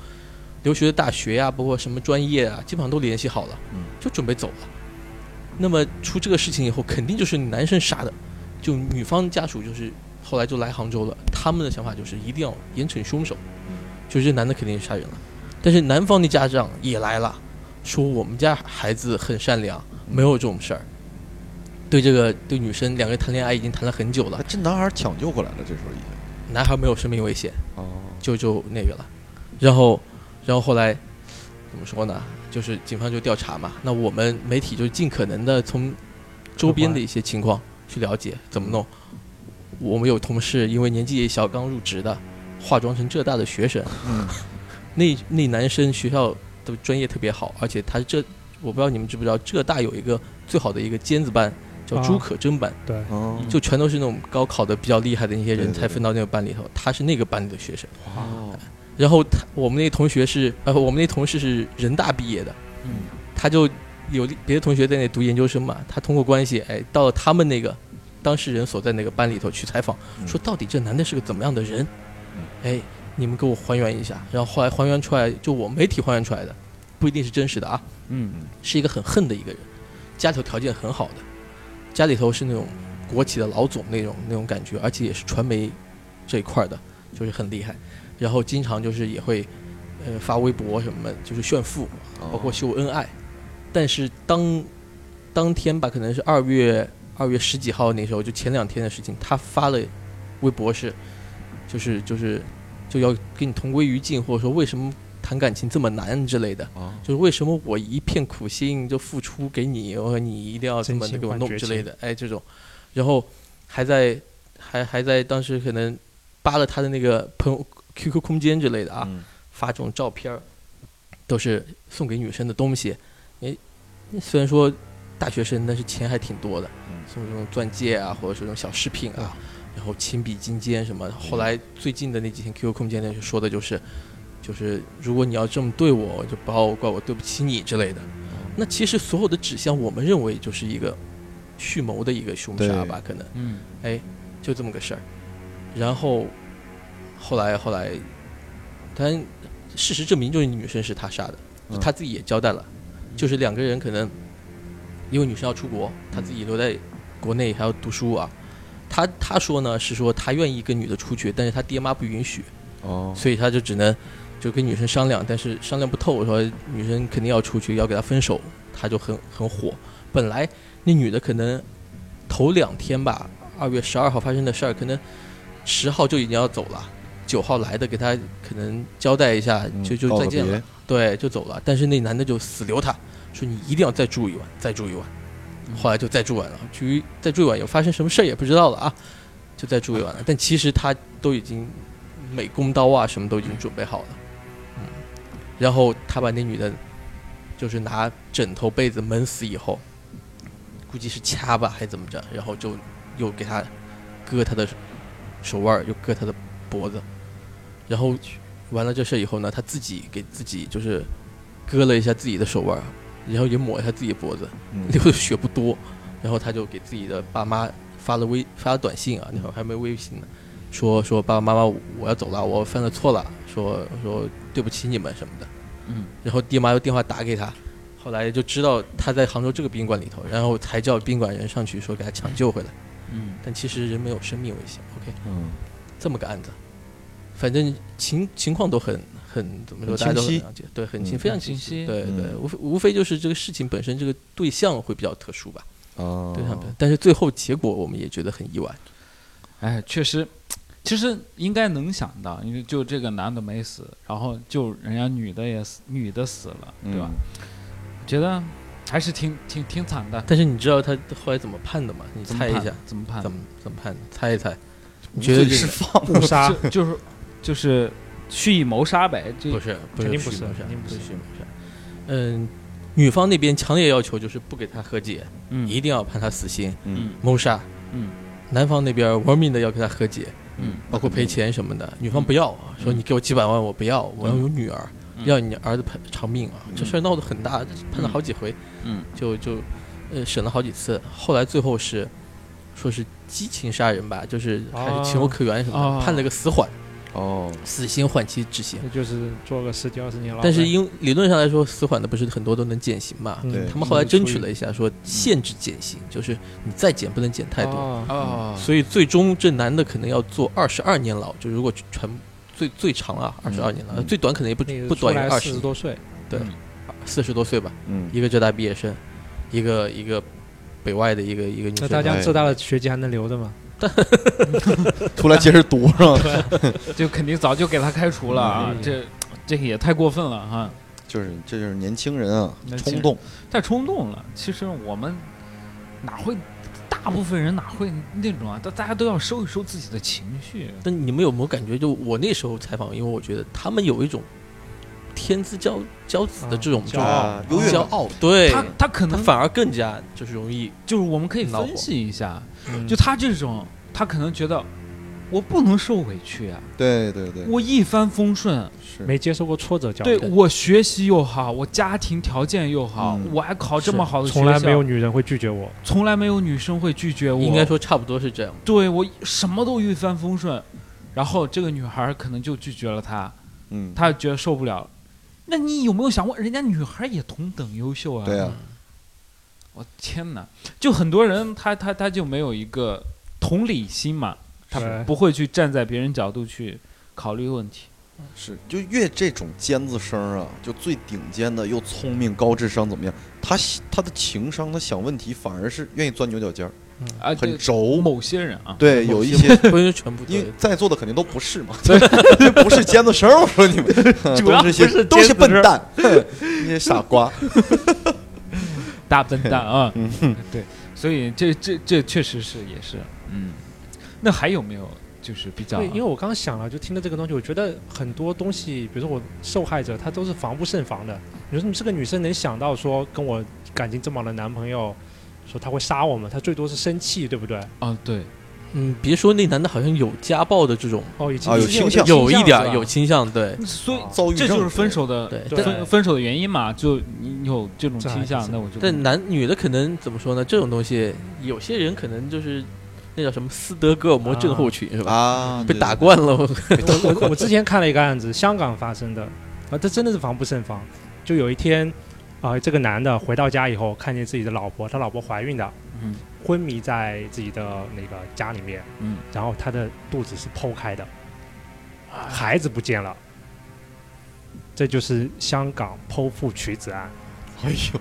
留学的大学呀、包括什么专业啊，基本上都联系好了，
嗯
就准备走了。那么出这个事情以后，肯定就是男生杀的，就女方家属就是后来就来杭州了，他们的想法就是一定要严惩凶手，就是这男的肯定是杀人了。但是男方的家长也来了，说我们家孩子很善良，没有这种事儿。对这个对女生两个人谈恋爱已经谈了很久了
那，哎这男孩抢救过来了，这时候已经。
男孩没有生命危险，
哦，
就就那个了。然后，然后后来怎么说呢？就是警方就调查嘛，那我们媒体就尽可能的从周边的一些情况去了解怎么弄。我们有同事因为年纪也小，刚入职的，化妆成浙大的学生，
嗯，
那那男生学校的专业特别好，而且他浙，我不知道你们知不知道，浙大有一个最好的一个尖子班叫
啊
朱可桢班。
对，
哦，
就全都是那种高考的比较厉害的那些
对
人
对
才分到那个班里头，他是那个班里的学生。
哦，
然后他我们那同学是呃，我们那同事是人大毕业的，
嗯，
他就有别的同学在那读研究生嘛，他通过关系哎到了他们那个当事人所在那个班里头去采访，
嗯
说到底这男的是个怎么样的人
嗯？
哎，你们给我还原一下。然后后来还原出来，就我媒体还原出来的，不一定是真实的啊，
嗯，
是一个很恨的一个人，家里头条件很好的，家里头是那种国企的老总那种那种感觉，而且也是传媒这一块儿的，就是很厉害。然后经常就是也会，呃，发微博什么，就是炫富，
哦
包括秀恩爱。但是当当天吧，可能是二月二月十几号那时候，就前两天的事情，他发了微博是，就是就是就要跟你同归于尽，或者说为什么谈感情这么难之类的。
啊，
就是为什么我一片苦心就付出给你，我说你一定要这么的给我弄之类的，哎，这种，然后还在还还在当时可能扒了他的那个朋友 QQ 空间之类的啊，
嗯
发这种照片儿，都是送给女生的东西，哎，虽然说大学生，但是钱还挺多的，
嗯
送这种钻戒啊，或者是这种小饰品啊，然后亲笔金坚什么。后来最近的那几天 QQ 空间呢，就说的就是，就是如果你要这么对我，就不要怪我对不起你之类的。那其实所有的指向，我们认为就是一个蓄谋的一个凶杀吧，可能
嗯，
就这么个事儿。然后后来后来，但事实证明就是女生是他杀的，
嗯
他自己也交代了，就是两个人可能因为女生要出国，他自己留在国内还要读书啊。他他说呢是说他愿意跟女的出去，但是他爹妈不允许，
哦，
所以他就只能就跟女生商量，但是商量不透，说女生肯定要出去，要给他分手，他就很很火。本来那女的可能头两天吧，二月十二号发生的事儿，可能十号就已经要走了，九号来的给他可能交代一下，
嗯
就就
告
再
个
见了
别，
对，就走了。但是那男的就死留他，说你一定要再住一晚，
嗯
再住一晚。后来就再住一晚了，至于再住一晚有发生什么事儿也不知道了啊。就就再住一晚了。但其实他都已经美工刀啊什么都已经准备好了，嗯，然后他把那女的，就是拿枕头被子闷死以后，估计是掐吧还是怎么着，然后就又给他割他的手腕儿，又割他的脖子，然后完了这事以后呢，他自己给自己就是割了一下自己的手腕儿，然后也抹一下自己的脖子，
嗯
流的血不多，然后他就给自己的爸妈发了微发了短信啊，那
嗯
会儿还没微信呢，说说爸爸妈妈我要走了，我犯了错了，说说对不起你们什么的，
嗯，
然后爹妈又电话打给他，后来就知道他在杭州这个宾馆里头，然后才叫宾馆人上去说给他抢救回来，
嗯，
但其实人没有生命危险，OK，
嗯，
这么个案子，反正情情况都很很怎么说，大家都很
很清晰
了解，对，很
嗯
清，非常
很
清
清
晰，
晰
对对，
嗯
无非无非就是这个事情本身这个对象会比较特殊吧。
哦
对他们，但是最后结果我们也觉得很意外。
哎，确实，其实应该能想到，因为就这个男的没死，然后就人家女的也死，女的死了，
嗯
对吧？
嗯
觉得还是挺挺挺惨的。
但是你知道他后来怎么判的吗？你
怎么
猜一
判
下，？
怎么判？
怎么怎么判的？猜一猜，
无
你觉得
罪
这
释
个
放，
误杀
就就是就是蓄意谋杀呗，这
不是不
肯定不
不
是
谋杀
肯定不
不是
是
蓄意谋杀。嗯，女方那边强烈要求就是不给他和解，一
嗯
定要判他死刑
嗯，
嗯
谋杀。
嗯，
男方那边玩命的要跟他和解，
嗯，
包括赔钱什嗯么的。女方不要，啊说你给我几百万，我不要，我要有女儿，
嗯
要你儿子赔偿命啊！这事儿闹得很大，判了好几回。
嗯
就就呃审了好几次，后来最后是说是激情杀人吧，就是
哦
还是情有可原什么的，
哦
判了个死缓，
哦，
死刑缓期执行。
那就是坐个十几二十年牢呗。
但是因理论上来说，死缓的不是很多都能减刑嘛？
嗯
对
他们后来争取了一下，说限制减刑，就是你再减不能减太多。
哦
哦，
所以最终这男的可能要坐二十二年牢，就如果传最最长啊二十二年牢，
嗯
最短可能也不
那个
不短于
出来
二
四
十
十，多岁，
四十多岁吧。
嗯，
一个浙大毕业生，一个一个北外的一个一个女
那
学
大
生。哎
家浙大的学籍还能留着吗？
出来接着读上，
就肯定早就给他开除了啊
嗯，
这这个也太过分了哈，
就是这就是年轻人啊，
年轻
冲
人
动，
太冲动了。其实我们哪会，大部分人哪会那种啊？大大家都要收一收自己的情绪，
但你们有没有感觉，就我那时候采访，因为我觉得他们有一种天之骄骄子的这种
啊
这
骄
种
傲嗯
啊优越
骄
感，
傲，对，
他他可
他
能
反而更加就是容易
就是我们可以
恼火
分析一下，
嗯
就他这种，他可能觉得我不能受委屈啊，
对对对，
我一帆风顺，
是
没接受过挫折教
对
育，
对
我学习又好，我家庭条件又好，
嗯
我还考这
是
么好的学校，
从来没有女人会拒绝我。
从来没有女生会拒绝我。
应该说差不多是这样。
对我什么都一帆风顺，然后这个女孩可能就拒绝了他，
嗯，
他觉得受不了了。那你有没有想过，人家女孩也同等优秀啊？
对啊，
我天哪！就很多人他他他就没有一个同理心嘛，他
是
不会去站在别人角度去考虑问题。
是，就越这种尖子生啊，就最顶尖的，又聪明、高智商怎么样？他喜他的情商，他想问题反而是愿意钻牛角尖儿，
啊，
很
对
轴。
某些人啊，
对，有一些，
不是全部
因
对
为，在座的肯定都不是嘛，对， 不是尖子生，我说你们
主要
都是
不
些
是
都是
尖子
笨蛋，那些傻瓜。
大笨蛋啊！
嗯
对，所以这这这确实是也是，嗯，那还有没有就是比较
对，因为我刚刚想了，就听到这个东西，我觉得很多东西，比如说我受害者，他都是防不胜防的。你说你这个女生能想到说跟我感情这么好的男朋友，说他会杀我吗？他最多是生气，对不对？
啊？对，
嗯，别说那男的好像有家暴的这种，
哦，已经
啊有
已经
倾向
有一点儿有
倾
倾向，嗯对，
所以
哦
遭遇
啊这
症
就是分手的
对
对
分分手的原因嘛？就你有这种
这
倾
还
向，
是
那我就
但男女的可能怎么说呢？这种东西，有些人可能就是那叫什么斯德哥尔摩症候群、是吧？
啊，
被
对
打，惯了，
向我 我我之前看了一个案子，香港发生的，啊，这真的是防不胜防。就有一天，啊、这个男的回到家以后，看见自己的老婆，他老婆怀孕的，
嗯
昏迷在自己的那个家里面，
嗯，
然后他的肚子是剖开的，
啊
孩子不见了，这就是香港剖腹取子案。
哎呦，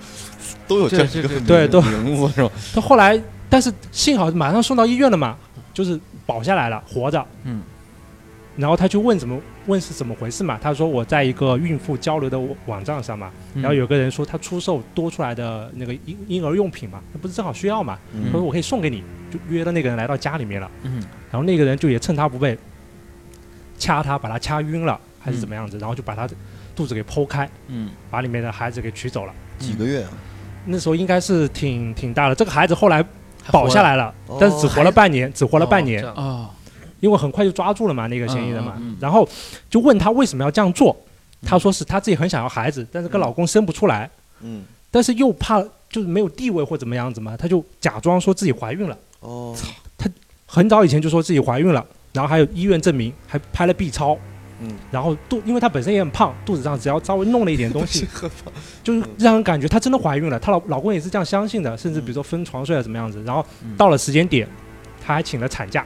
都有这样一
这
个
这
名
对都
名字是吧？
他后来，但是幸好马上送到医院了嘛，就是保下来了，活着。
嗯，
然后他去问怎么问是怎么回事嘛？他说我在一个孕妇交流的网站上嘛，
嗯
然后有个人说他出售多出来的那个婴婴儿用品嘛，那不是正好需要嘛？他说
嗯
我可以送给你，就约了那个人来到家里面了。
嗯
然后那个人就也趁他不备，掐他，把他掐晕了还是怎么样子，然后就把他肚子给剖开，
嗯
把里面的孩子给取走了。
几个月啊？
那时候应该是挺挺大的，这个孩子后来
还活
保
了
下来了，但是只活了半年，只活
活
了半年，
哦，
因为很快就抓住了嘛那个嫌疑人嘛。
嗯嗯嗯
然后就问他为什么要这样做，他说是他自己很想要孩子，但是跟老公生不出来，
嗯，
但是又怕就是没有地位或怎么样子嘛，他就假装说自己怀孕了。
哦，
很早以前就说自己怀孕了，然后还有医院证明，还拍了 B 超，
嗯，
然后肚，因为她本身也很胖，肚子上只要稍微弄了一 点东西，就是让人感觉她真的怀孕了。她老老公也是这样相信的，甚至比如说分床睡啊怎么样子。然后
嗯
到了时间点，她还请了产假，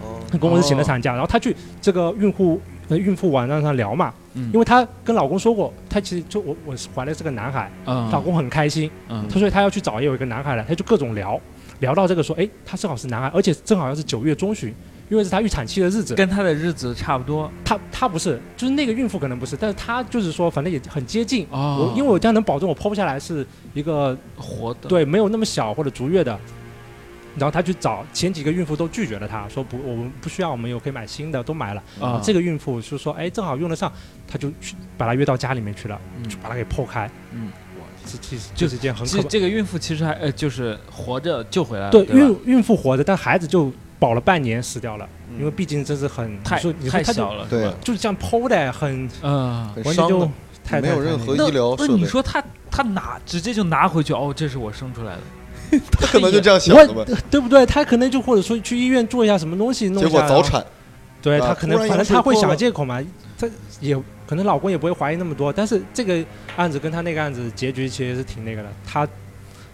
哦，
跟公司请了产
哦
假，然后她去这个孕妇呃孕妇网站上聊嘛，
嗯
因为她跟老公说过，她其实就我我是怀的是个男孩，
嗯
老公很开心，
嗯
他说他要去找也有一个男孩来，他就各种聊，聊到这个说，哎，他正好是男孩，而且正好要是九月中旬，因为是他预产期的日子。
跟他的日子差不多
他他不是，就是那个孕妇可能不是，但是他就是说，反正也很接近。
哦
我因为我这样能保证我剖不下来是一个
活的
对没有那么小或者足月的。然后他去找前几个孕妇都拒绝了他，说不，我们不需要，我们有可以买新的，都买了。
嗯
啊
这个孕妇就说，哎，正好用得上，他就去把他约到家里面去了，
嗯
就把他给剖开。
嗯，
这其实
就
这是一件很可
这
怕。
这个孕妇其实还呃就是活着救回来了，
对，
啊吧
孕孕妇活着，但孩子就保了半年死掉了，
嗯
因为毕竟这是很
太
你说你说
太
他就
小了，
对
是吧，
就是这样剖的，很
嗯。
很
完全
伤
就
的，
太
没有任何
那
医疗
那
设
你
备
说他他拿直接就拿回去哦，这是我生出来的，
他可能就这样想
我
的吧。
对不对？他可能就或者说去医院做一下什么东西，弄
结
一
果
下
早，产，
对
啊
他可
突
能
然
反正
羊水
他会
破
想
了
借口嘛，他也可能老公也不会怀疑那么多，但是这个案子跟他那个案子结局其实是挺那个的，他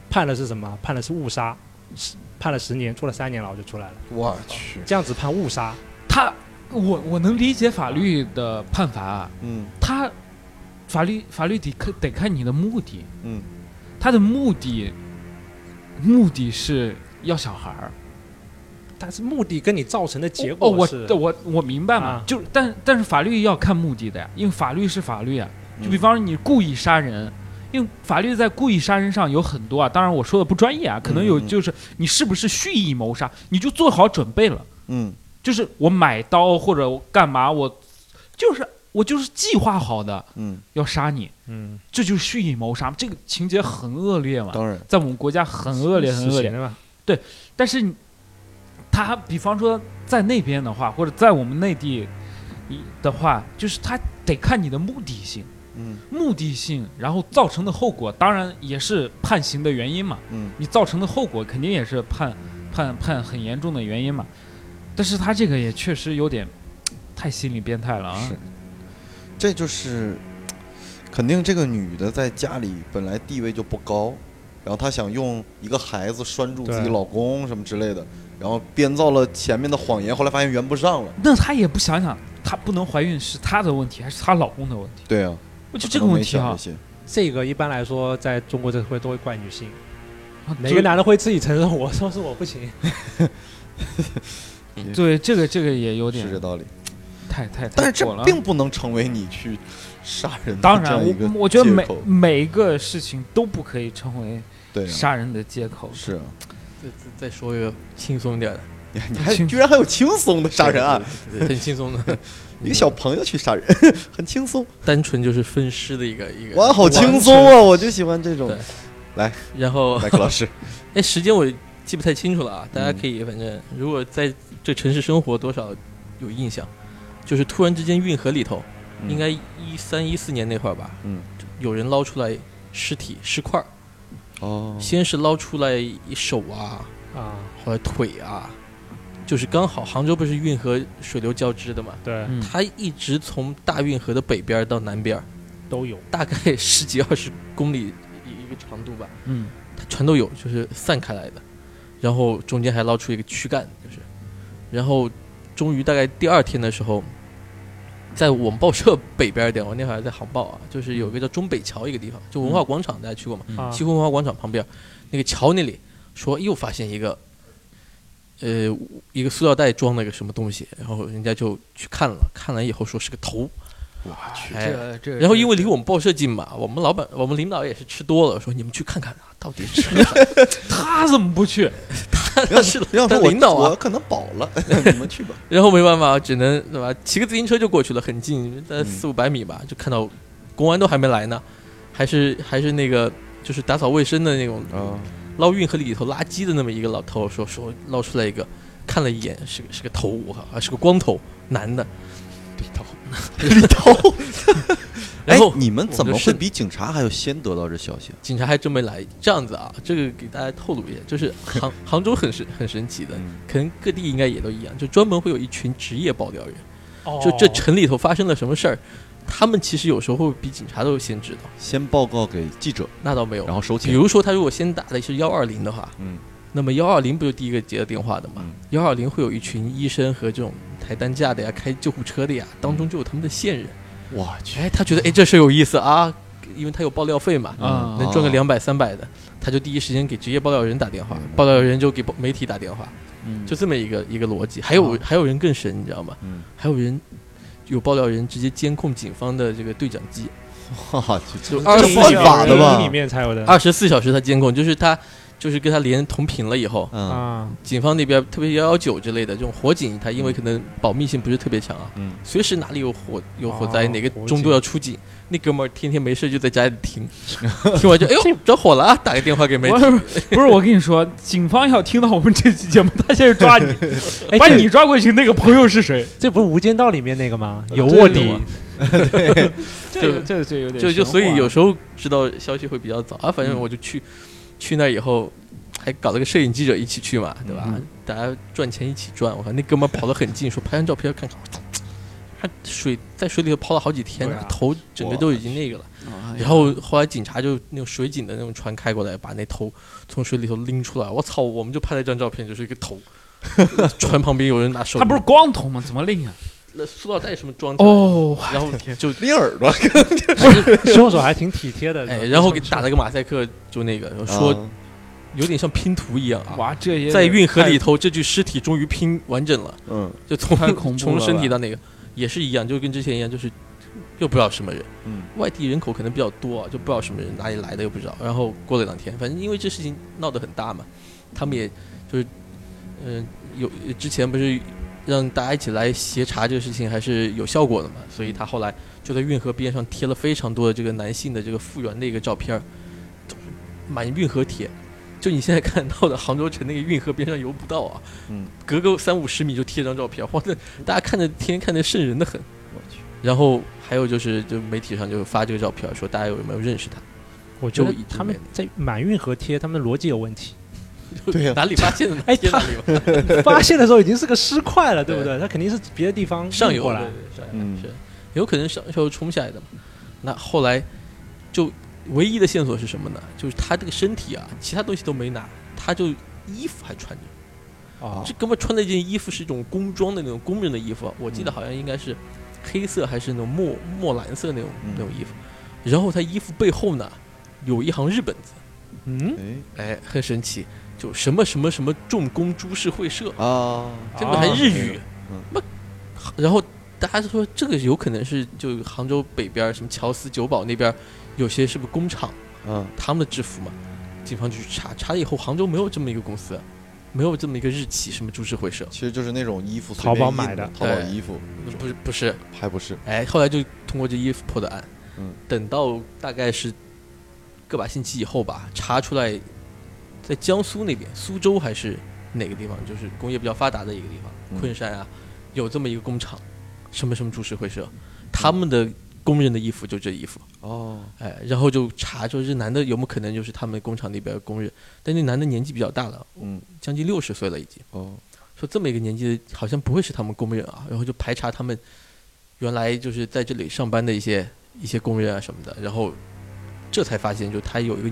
判的是什么？判的是误杀，十判了十年，坐了三年牢就出来了，
我去，
这样子判误杀，
他我我能理解法律的判罚啊，
嗯
他法律法律得看得看你的目的，
嗯，
他的目的目的是要小孩儿。
但是目的跟你造成的结
哦，
果
我
是，
我我明白嘛，
啊
就是但但是法律要看目的的呀，因为法律是法律啊。
嗯
就比方说你故意杀人，因为法律在故意杀人上有很多啊，当然我说的不专业啊，可能有
嗯嗯
就是你是不是蓄意谋杀，你就做好准备了，
嗯
就是我买刀或者我干嘛，我就是我就是计划好的
嗯，
要杀你，
嗯，
这就是蓄意谋杀，这个情节很恶劣嘛，
当然，
在我们国家很恶劣，很
死
恶
刑
劣。
的嘛。
但是你他比方说在那边的话，或者在我们内地一的话，就是他得看你的目的性，
嗯
目的性，然后造成的后果，当然也是判刑的原因嘛。
嗯
你造成的后果肯定也是判判判很严重的原因嘛。但是他这个也确实有点太心理变态了啊
是。，这就是肯定这个女的在家里本来地位就不高，然后她想用一个孩子拴住自己
对
老公什么之类的，然后编造了前面的谎言，后来发现圆不上了。
那她也不想想，她不能怀孕是她的问题还是她老公的问题？
对啊，
我觉得
她
这个
可能
问
没
题
想
啊
这，些
这个一般来说，在中国社会都会怪女性，
啊
哪
就
个男的会自己承认我说是我不行？
对这个这个也有点
是这道理。
太太太
但是
过了啊
这并不能成为你去杀人的
当
这
然，
样一个
我我觉得
借
每
口
每一个事情都不可以成为
对啊
杀人的借口。
是啊，
再再再说一个轻松一点的
你你还
轻
居然还有轻松的杀人案，，
对对 对对很轻松的，
一个小朋友去杀人 很轻松，
单纯就是分尸的一个一个。
哇，好轻松啊！我就喜欢这种
对。然后
麦克老师，
哎，时间我记不太清楚了啊，大家可以反正如果在这城市生活多少有印象，就是突然之间运河里头，
嗯
应该一三一四年那会儿吧，
嗯，
有人捞出来尸体尸块儿，
哦
先是捞出来一手啊，
啊，
后来腿啊，就是刚好杭州不是运河水流交织的嘛，
对，
嗯，
它一直从大运河的北边儿到南边儿，
都有。
大概十几二十公里一一个长度吧，
嗯，
它全都有，就是散开来的，然后中间还捞出一个躯干，就是，然后终于大概第二天的时候，在我们报社北边儿一点，我那会儿还在杭报啊，就是有一个叫中北桥一个地方，就文化广场，大家去过吗？
嗯
啊
西湖文化广场旁边那个桥那里，说又发现一个呃一个塑料袋装了个什么东西，然后人家就去看了，看了以后说是个头，
我去，
哎，
这这，
然后因为离我们报社近嘛，我们老板我们领导也是吃多了，说你们去看看啊到底 是什么，
他怎么不去？
要
是
要说
但
我
领导啊
我可能饱 了，你们去吧。
然后没办法，只能对吧？骑个自行车就过去了，很近，在
嗯
四五百米吧，就看到公安都还没来呢，还是还是那个就是打扫卫生的那种
啊，
捞运河里头垃圾的那么一个老头，说说捞出来一个，看了一眼是个是个头，我靠，啊是个光头男的，
李涛，李涛，
然后
哎你们怎
我
么
们是
会比警察还要先得到这消息啊？
警察还真没来。这样子啊，这个给大家透露一下，就是杭杭州很神很神奇的，可能各地应该也都一样，就专门会有一群职业爆料人，
哦
就这城里头发生了什么事儿，他们其实有时候会比警察都先知道。
先报告给记者，
那倒没有
然，后收
比
钱。
如说他如果先打的是幺二零的话，
嗯，
那么幺二零不就第一个接到电话的嘛
嗯？
幺二零会有一群医生和这种抬担架的呀、开救护车的
嗯
呀，当中就有他们的线人。
我去，
哎，他觉得哎这事儿有意思啊，因为他有爆料费嘛，
嗯啊
能赚个
哦
两百三百的，他就第一时间给职业爆料人打电话
明白，
爆料人就给报媒体打电话，
嗯
就这么一个一个逻辑。还有
啊
还有人更神，你知道吗？
嗯，
还有人有爆料人直接监控警方的这个对讲机，
我去，
就二十
这
四
犯法的吧
里面才有的啊
二十四小时他监控，就是他就是跟他连同频了以后，
嗯
啊，
警方那边特别幺幺九之类的这种火警，它因为可能保密性不是特别强啊，
嗯，
随时哪里有火有火灾，
哦
哪个
火
中
警
队要出警，那哥们儿天天没事就在家里听，听完就哎呦着火了啊，打个电话给媒
我
体，
不是我跟你说，警方要听到我们这期节目，他现在抓 你，
哎，
把
这
你抓过去，那个朋友是谁？
这不是《无间道》里面那个吗？
呃
有
对
卧
对
底
我，
这个
这这有点
就就所以有时候知道消息会比较早啊，反正
嗯
我就去去那儿以后。还搞了个摄影记者一起去嘛，对吧？
嗯
大家赚钱一起赚。我看那哥们儿跑得很近，说拍张照片看看。他水在水里头泡了好几天，
对啊
头整个都已经那个了。然后后来警察就那种水警的那种船开过来，把那头从水里头拎出来。我操！我们就拍了一张照片，就是一个头， 船旁边有人拿手，
他不是光头吗？怎么另啊？
是塑料袋什么装起来，
哦，
然 后就
拎耳朵，
凶手还挺体贴的。
哎，然后给打了个马赛克，就那
哦
个说
啊
有点像拼图一样啊，
哇，这也
在运河里头，这具尸体终于拼完整了，
嗯
就从
太恐怖了
从身体
吧
到那个也是一样，就跟之前一样，就是又不知道什么人。
嗯
外地人口可能比较多啊，就不知道什么人哪里来的又不知道。然后过了两天，反正因为这事情闹得很大嘛，他们也就是，嗯、有之前不是让大家一起来协查这个事情还是有效果的嘛，所以他后来就在运河边上贴了非常多的这个男性的这个复原的一个照片儿，满运河贴。就你现在看到的杭州城那个运河边上游步道啊，
嗯，
隔个三五十米就贴张照片，哇，那大家看着天天看着瘆人的很。
我去，
然后还有就是，就媒体上就发这个照片，说大家有没有认识他？
我觉得
就已经
他们
没了
在满运河贴，他们的逻辑有 问题。
对啊呀
哪里发现的？
哎
贴哪里吧
发现的时候已经是个尸块了，对不对？他肯定是别的地方运
上游
过
对
来
对。对上游
嗯
是有可能上游冲下来的嘛。那后来就唯一的线索是什么呢？就是他这个身体啊，其他东西都没拿，他就衣服还穿着。
哦
这哥们儿穿的一件衣服是一种工装的那种工人的衣服，我记得好像应该是黑色还是那种墨墨蓝色那种
嗯
那种衣服。然后他衣服背后呢有一行日本字，
嗯，
哎
哎，很神奇，就什么什么什么重工株式会社，
啊，
这个还
啊
日语
嗯，
那、然后大家就说这个有可能是就杭州北边儿什么乔司九堡那边儿有些是不是工厂
嗯
他们的制服嘛？警方就去查，查了以后杭州没有这么一个公司，没有这么一个日企什么株式会社，
其实就是那种衣服，随
淘宝
便印
买的
淘宝
对
衣服，
那不是不是，
还不是
哎，后来就通过这衣服破的案。
嗯，
等到大概是个把星期以后吧，查出来在江苏那边，苏州还是哪个地方，就是工业比较发达的一个地
嗯
方，昆山啊，有这么一个工厂，什么什么株式会社，
嗯
他们的工人的衣服就这衣服，
哦，
哎，然后就查说这男的有没有可能就是他们工厂那边的工人，但那男的年纪比较大了，
嗯
将近六十岁了已经。
哦，
说这么一个年纪的，好像不会是他们工人啊，然后就排查他们原来就是在这里上班的一些一些工人啊什么的，然后这才发现，就他有一个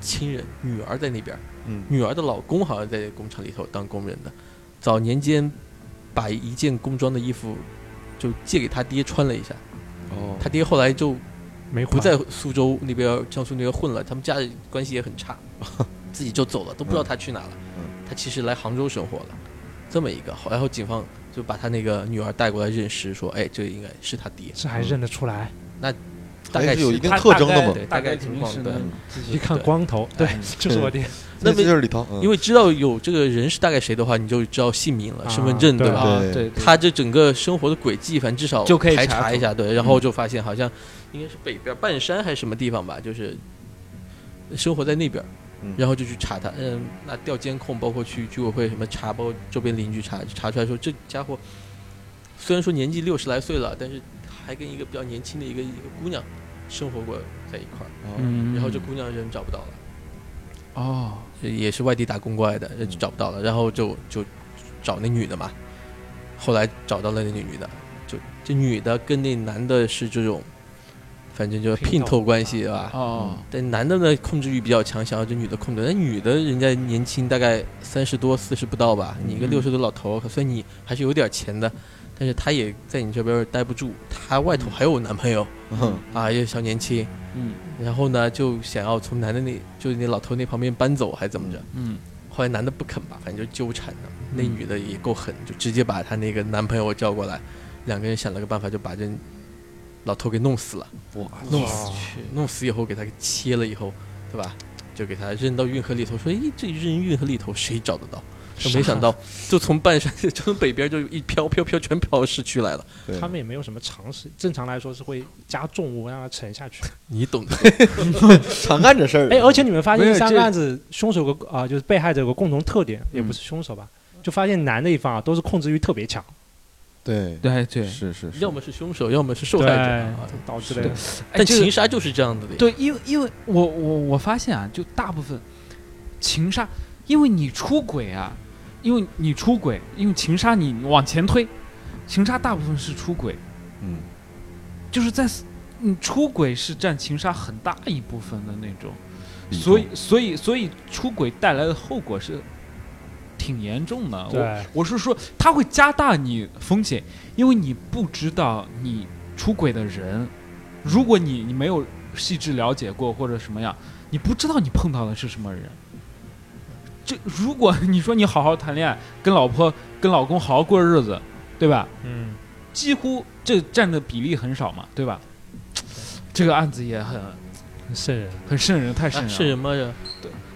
亲人女儿在那边儿，
嗯
女儿的老公好像在工厂里头当工人的，早年间把一件工装的衣服就借给他爹穿了一下，
哦，
他爹后来就
没
不在苏州那 边、江苏那边混了，他们家里关系也很差，自己就走了，都不知道他去哪了。
嗯
他其实来杭州生活了，这么一个，然后警方就把他那个女儿带过来认尸，说，哎，这应该是他爹，
这还认得出来？
大概
还是哎有
是
一定
他
特征的嘛。
对
大
大概
概
情况
是
对
能自
一
己
看光头，
嗯
对
对，嗯
就是我爹。
那
这这
么
就是李涛，嗯
因为知道有这个人是大概谁的话，你就知道姓名了、
啊
身份证，
对
吧？
啊，
对
对，对
他这整个生活的轨迹，反正至少
就可以
排
查
查
出嗯
一下，对，然后就发现好像应该是北边半山还是什么地方吧，就是生活在那边
嗯，
然后就去查他，嗯，那调监控，包括去居委会什么查，包括周边邻居查，查出来说这家伙虽然说年纪六十来岁了，但是还跟一个比较年轻的一个一个姑娘生活过在一块儿，
哦
嗯，
然后这姑娘人找不到了。
哦，
也是外地打工过来的，呃
嗯
找不到了，然后就就找那女的嘛，后来找到了那女的，就这女的跟那男的是这种，反正就是
姘
姘
头
头关系对吧？
哦，
嗯
但男的呢控制欲比较强，想要这女的控制，那女的人家年轻大概三十多四十不到吧，你一个
嗯
六十多老头儿，虽然你还是有点钱的，但是她也在你这边儿待不住，她外头还有男朋友
嗯
啊，也小年轻，
嗯
然后呢就想要从男的那就是那老头那旁边搬走，还怎么着？
嗯，
后来男的不肯吧，反正就纠缠了。那
嗯
女的也够狠，就直接把她那个男朋友叫过来，两个人想了个办法，就把这老头给弄死了。
哇，
弄
死
弄死以后给他给切了以后，对吧？就给他扔到运河里头，说：“哎诶，这扔运河里头谁找得到？”就没想到，就从半山，就从北边就一飘飘飘，全飘到市区来了。
对
他们也没有什么常识，正常来说是会加重物让它沉下去。
你懂 的，
常干这事儿。
哎，而且你们发
没有
现三
这
个案子，凶手有个啊、就是被害者有个共同特
嗯
点，也不是凶手吧，就发现男的一方啊都是控制欲特别强，
对，
对对，
是是是
要，么是凶手，要么是受害者啊。
导致了
哎
但
这个
情杀就是这样子的呀。
对，因为因为我我我发现啊，就大部分情杀，因为你出轨啊，因为你出轨，因为情杀你往前推，情杀大部分是出轨，
嗯，
就是在你出轨是占情杀很大一部分的那种，
李
所以
涛
所以所以出轨带来的后果是挺严重的。我
对
我是说，它会加大你风险，因为你不知道你出轨的人，如果你你没有细致了解过或者什么样，你不知道你碰到的是什么人。这如果你说你好好谈恋爱，跟老婆跟老公好好过日子，对吧？
嗯，
几乎这占的比例很少嘛，对吧？这个案子也很
很瘆人。
很瘆人，太瘆
啊
人了，
是什么呀？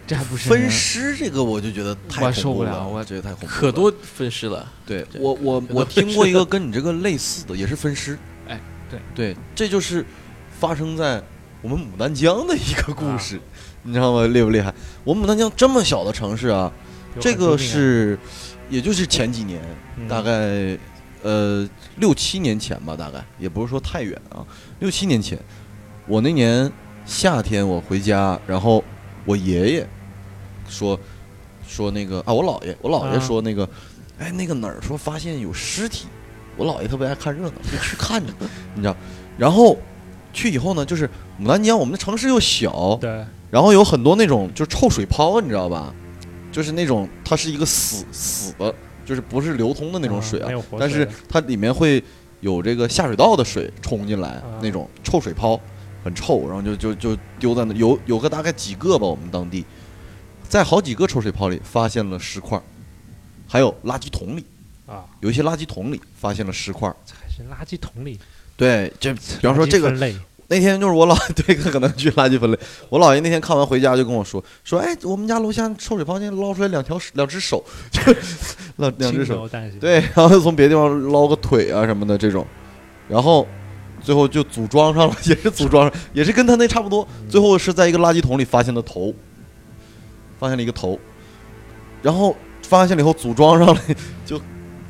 这还不瘆
分
人啊嗯
尸这个我就觉得太
我
恐
受不
怖
了我
觉得太恐怖了，
可多分尸了。
对
对
我我
可多
我听过一个跟你这个类似的，也是分尸。
哎，对
对，这就是发生在我们牡丹江的一个故事，你知道吗？厉不厉害？我们牡丹江这么小的城市啊，
有
这
很多
个
命案、
是也就是前几年，
嗯
大概呃六七年前吧，大概也不是说太远啊，六七年前，我那年夏天我回家，然后我爷爷说说那个啊，我姥爷，我姥爷
啊
说那个，哎，那个哪儿说发现有尸体，我姥爷特别爱看热闹，就去看去，你知道，然后去以后呢，就是牡丹江，我们的城市又小，
对
然后有很多那种就是臭水泡，你知道吧？就是那种它是一个死死的，就是不是流通的那种水啊
嗯没，有活
但
水
是它里面会有这个下水道的水冲进来，
啊
那种臭水泡很臭，然后就就就丢在那，有有个大概几个吧，我们当地在好几个臭水泡里发现了尸块，还有垃圾桶里，
啊，
有一些垃圾桶里发现了尸块。
这还是垃圾桶里。
对，这比方说
垃圾
这个
分类
那天就是我姥 对，可能去垃圾分类。我姥爷那天看完回家就跟我说说，哎，我们家楼下臭水泡现在捞出来两条两只手，就 两两只
轻
手，
柔但是
对，然后又从别地方捞个腿啊什么的这种，然后最后就组装上了， 也是组装上，也是跟他那差不多。最后是在一个垃圾桶里发现的头，发现了一个头，然后发现了以后组装上了， 就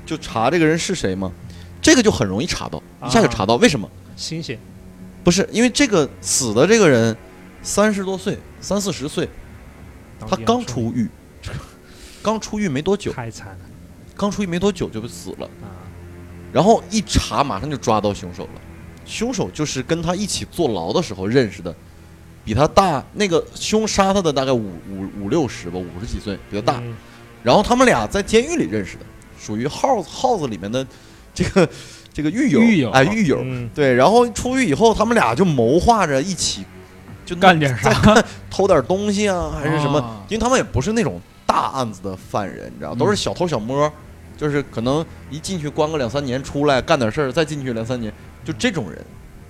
就查这个人是谁嘛，这个就很容易查到，一下就查到，为什么？
新鲜
不是因为这个死的这个人三十多岁，三四十岁，
当
他
地人
刚
说
出狱，刚出狱没多久，
太惨了
刚出狱没多久就死了。
啊，
然后一查，马上就抓到凶手了。凶手就是跟他一起坐牢的时候认识的，比他大那个凶杀他的大概五五五六十吧，五十几岁，比他大。
嗯
然后他们俩在监狱里认识的，属于耗子耗子里面的这个这个狱友，
狱友
哎，狱友。
嗯
对，然后出狱以后，他们俩就谋划着一起就那
干点啥
再偷点东西啊，还是什么？
啊
因为他们也不是那种大案子的犯人，你
嗯
知道，都是小偷小摸，就是可能一进去关个两三年，出来干点事儿，再进去两三年，就这种人，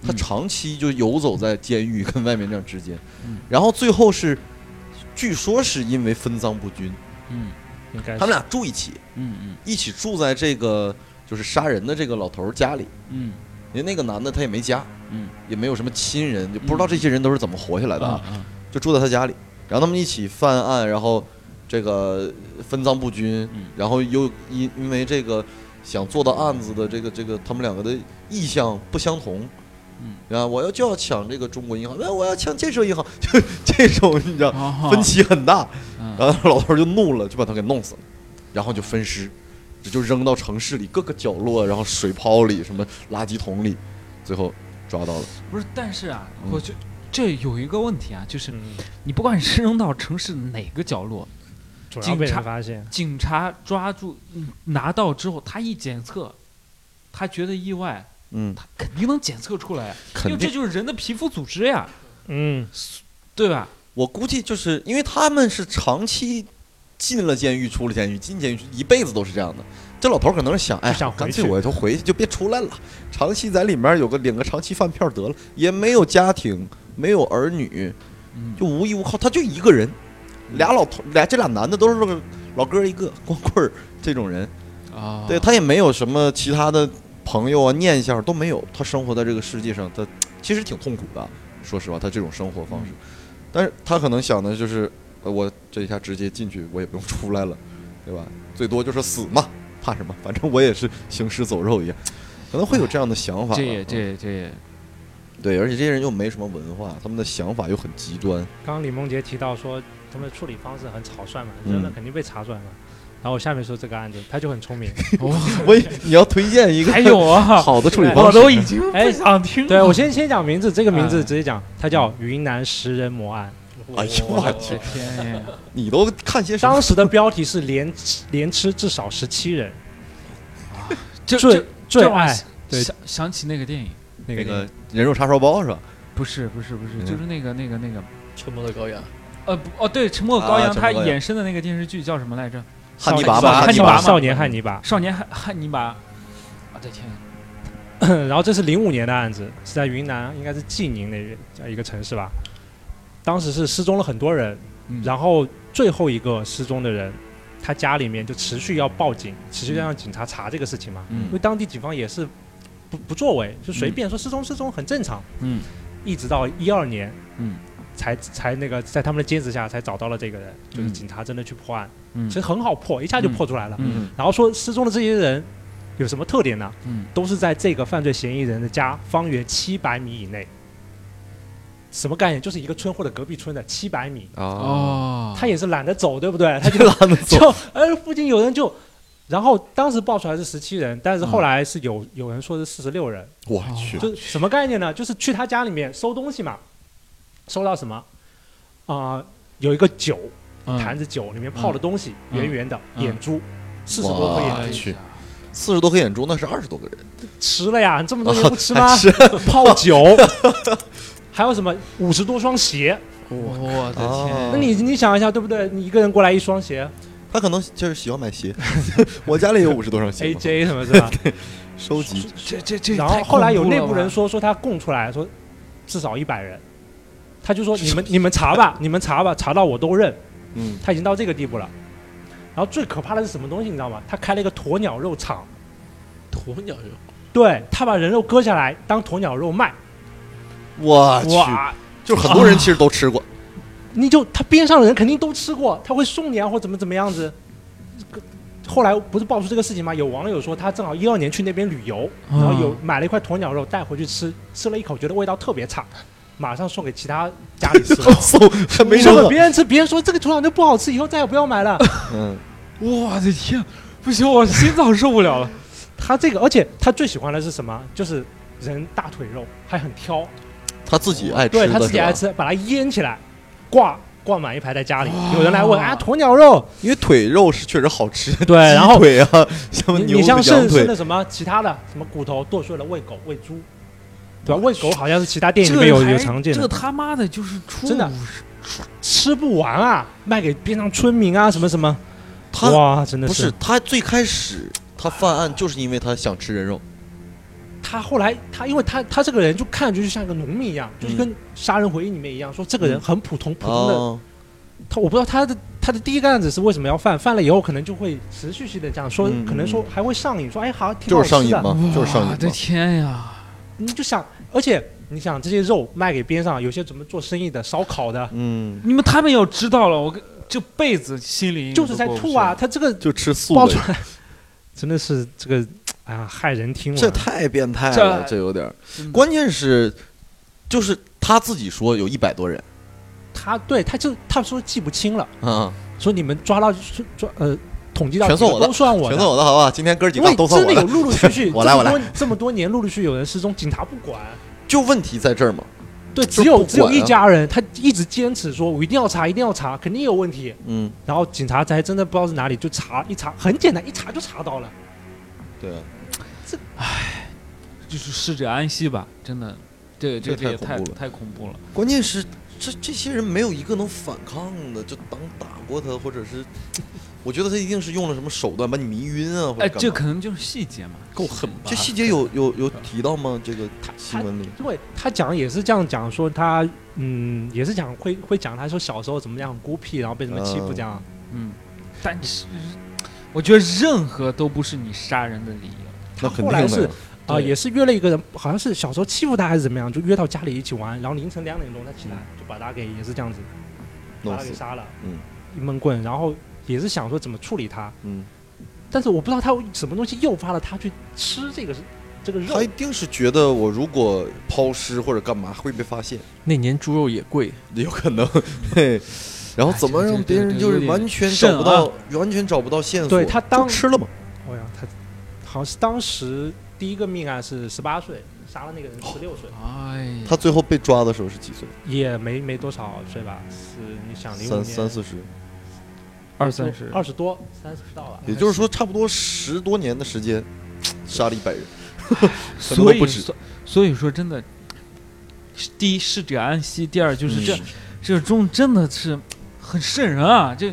他
嗯
长期就游走在监狱跟外面这样之间
嗯，
然后最后是，据说是因为分赃不均，
嗯
应该
他们
是
俩住一起，
嗯
一起住在这个就是杀人的这个老头儿家里，
嗯
因为那个男的他也没家，
嗯，
也没有什么亲人，就不知道这些人都是怎么活下来
嗯，
的啊。
啊
就住在他家里，然后他们一起犯案，然后这个分赃不均
嗯，
然后又因因为这个想做的案子的这个这个他们两个的意向不相同。
嗯，
然后我要就要抢这个中国银行，那我要抢建设银行， 就这种你知道
啊
呃分歧很大，
嗯
然后老头儿就怒了，就把他给弄死了，然后就分尸，就扔到城市里各个角落，然后水泡里、什么垃圾桶里，最后抓到了。
不是，但是啊，
嗯
我就这有一个问题啊，就是
嗯，
你不管是扔到城市哪个角落，
主要
警
被
察
人发现，
警察抓住嗯拿到之后，他一检测，他觉得意外，
嗯，
他肯定能检测出来呀，啊因
肯
为
定
这。就是人的皮肤组织呀，
嗯，
对吧？
我估计就是因为他们是长期进了监狱、出了监狱，进监狱一辈子都是这样的。这老头儿可能是想，哎
就想
呀
回，去
干脆我就回去，就别出来了，长期在里面有个领个长期饭票得了，也没有家庭，没有儿女，
嗯，
就无依无靠，他就一个人，俩老头，俩这俩男的都是个老哥儿一个，光棍儿这种人，
啊，
对他也没有什么其他的朋友啊、念想都没有，他生活在这个世界上，他其实挺痛苦的。说实话，他这种生活方式，但是他可能想的就是，呃我这一下直接进去，我也不用出来了，对吧？最多就是死嘛，怕什么？ 反正我也是行尸走肉一样，可能会有这样的想法吧。
这也这也这 也，
对，而且这些人又没什么文化，他们的想法又很极端。
刚刚李梦洁提到说他们的处理方式很草率嘛，
嗯
扔了肯定被查出来嘛。然后我下面说这个案子，他就很聪明，
哦
我以你要推荐一个
还有啊，
好的处理方
我
式，
都已经不想听了。
对我先先讲名字，这个名字
哎
直接讲，它叫云南食人魔案。
哎呦我
的天呀！
你都看些什么
当？时的标题是连吃连吃至少十七人，
这
最
这
最
这让我
爱
想
对
想想起那个电影，
那
那
个
个人肉叉烧包是吧？
不是不是不是，
嗯
就是那个那个那个，
沉默的羔羊，
呃不哦对，《沉默羔
啊
羊》
沉
他
默羔羊
衍生的那个电视剧叫什么来着？
汉尼拔
少年
吧，
汉
汉
尼
尼
拔
拔
嘛
少年汉尼拔。
少年汉汉尼拔。我的啊天，
然后这是零五年的案子，是在云南，应该是济宁那边叫一个城市吧。当时是失踪了很多人，
嗯
然后最后一个失踪的人，他家里面就持续要报警，持续要让警察查这个事情嘛，
嗯
因为当地警方也是不不作为，就随便说失踪失踪很正常，
嗯
一直到一二年，
嗯
才才那个在他们的坚持下才找到了这个人，就是
嗯
警察真的去破案，
嗯
其实很好破，一下就破出来了。
嗯
然后说失踪的这些人有什么特点呢？
嗯
都是在这个犯罪嫌疑人的家方圆七百米以内。什么概念？就是一个村或者隔壁村的七百米，
哦，
哦，
他也是懒得走，对 不对？他
他
就
就懒得走。
就哎，附近有人就，然后当时爆出来是十七人，但是后来是有、有人说是四十六人，
我去，
就是什么概念呢？就是去他家里面收东西嘛，收到什么？啊、有一个酒坛
嗯
子酒里面泡的东西，
嗯
圆圆的
嗯
眼珠，四十多颗
哎
哇
眼珠，
去四十多颗眼珠，那是二十多个人，
吃了呀，你这么 多年不吃吗？
还吃
泡酒， 还有什么五十多双鞋？
我的
哦
天，
那你你想一下，对不对？你一个人过来一双鞋
他可能就是喜欢买 鞋。我家里有五十多双鞋嘛，
，AJ 什么是吧？
收集。
这这这，
然后后来有内部人，说说他供出来说至少一百人，他就说你们你们查吧，你们查吧，查到我都认。
嗯，
他已经到这个地步了。然后最可怕的是什么东西，你知道吗？他开了一个鸵鸟肉厂，
鸵鸟肉，
对他把人肉割下来当鸵鸟肉卖。
我啊去，
哇，
就是很多人其实都吃过，。
你就他边上的人肯定都吃过，他会送你啊，或怎么怎么样子。这个后来不是爆出这个事情吗？有网友说他正好一二年去那边旅游，然后有买了一块鸵鸟肉带回去吃，吃了一口觉得味道特别差，马上送给其他家里吃
送还没
送
扔
给
呢。
别人吃，别人哦说这个鸵鸟肉不好吃，以后再也不要买了。
嗯，
我的天，不行，我心脏受不了了。
他这个，而且他最喜欢的是什么？就是人大腿肉，还很挑，
他自己爱吃的
哦对
是吧，
他自己爱吃，把它腌起来，挂挂满一排在家里。有人来问
哇
啊，鸵鸟肉，
因为腿肉是确实好吃。
对，然后
鸡腿啊，什么
你
牛
你像
羊
剩剩
腿
的，什么其他的什么骨头剁碎了喂狗喂猪，对吧？喂狗好像是其他电影
这
里面有
还
有常见
这
的，
他妈的就是出
真的
五十
吃不完啊，卖给边上村民啊，什么什么。
他
哇，真的
不是他最开始他犯案就是因为他想吃人肉，
他后来他，因为他他这个人就看上去就像个农民一样，就是跟《杀人回忆》里面一样，说这个人很普通，普通的。
哦，
他我不知道他的他的第一个案子是为什么要犯，犯了以后可能就会持续性的这样说，
嗯
可能说还会上瘾，说哎好，挺
就
好
是上
吃
瘾
的。
嘛，嗯就是上瘾
我的
嘛。
天呀！
你就想，而且你想这些肉卖给边上有些怎么做生意的，烧烤的，
嗯，
你们他们要知道了，我跟这辈子心里
就是在吐啊，，他这个
就吃素
爆出来，真的是这个哎呀害人听闻。
这太变态了，
这
这有点儿。
真的
关键是，就是他自己说有一百多人
他对他就他说记不清了，
啊，
说你们抓到抓抓呃统计到
全算
几个
我的
都算我
全算我的好不好？今天哥儿几
因
个
为
都算
真
我
的有
的。，
陆陆续续
我来我来
这么多这么多年陆陆续续有人失踪，警察不管。
就问题在这儿嘛，
对，
就
只有
不
只有
管
一
啊
家人，他一直坚持说，我一定要查，一定要查，肯定有问题。
嗯，
然后警察才真的不知道是哪里，就查一查，很简单，一查就查到了。
对，
就是逝者安息吧，真的，这这
这
这也太
太恐怖了
太恐怖了。
关键是这这些人没有一个能反抗的，就当打过他，或 者是，我觉得他一定是用了什么手段把你迷晕啊，或者
哎，
干
这
嘛
可能就是细节嘛。
够狠吧？
这细节有有有提到吗？这个
他
新
他
闻里，
因为他讲也是这样讲，说他嗯也是讲会会讲，他说小时候怎么样很孤僻，然后被什么欺负这样。
嗯，但是我觉得任何都不是你杀人的理由。
那
他
肯
后
定
来
的
是
呀，
啊、
对
也是约了一个人，好像是小时候欺负他还是怎么样，就约到家里一起玩，然后凌晨两点钟他起来就把他给也是这样子把
弄
他给
死，
杀了，
嗯，
一闷棍，然后也是想说怎么处理他，
嗯，
但是我不知道他什么东西诱发了他去吃这个这个肉
他一，定是觉得我如果抛尸或者干嘛会被发现，
那年猪肉也贵，
有可能，嘿。然后怎么让别人就是完全找不到，完全找不到线索？
对他当
就吃了嘛，
我想哎他好像是当时第一个命案是十八岁，杀了那个
哦
人十六岁，
哎呀，
他最后被抓的时候是几岁？
也没没多少岁吧，是你想啊零五
三
年
三四十，
二三十，
二十多三十不到吧，
也就是说差不多十多年的时间，杀了一百人。可能
所
都
以
不止
说所以说真的，第一逝者安息，第二就是这、
嗯
这种真的是很瘆人啊！这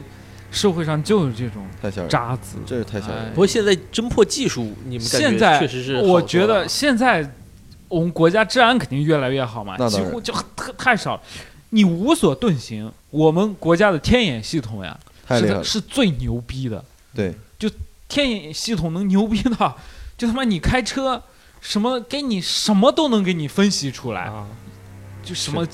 社会上就有这种
太吓人，了，
渣子。
这是太吓人。
哎
不过现在侦破技术，你们感
现
觉
在
确实是好多了，嗯
我觉得现在我们国家治安肯定越来越好嘛
那，当
几
然
乎就太太少了。你无所遁形，我们国家的天眼系统呀，
太
是
厉害
它
了。
是最牛逼的。
对，
天眼系统能牛逼到， 就他妈你开车什么给你什么都能给你分析出来，
啊，
就什么，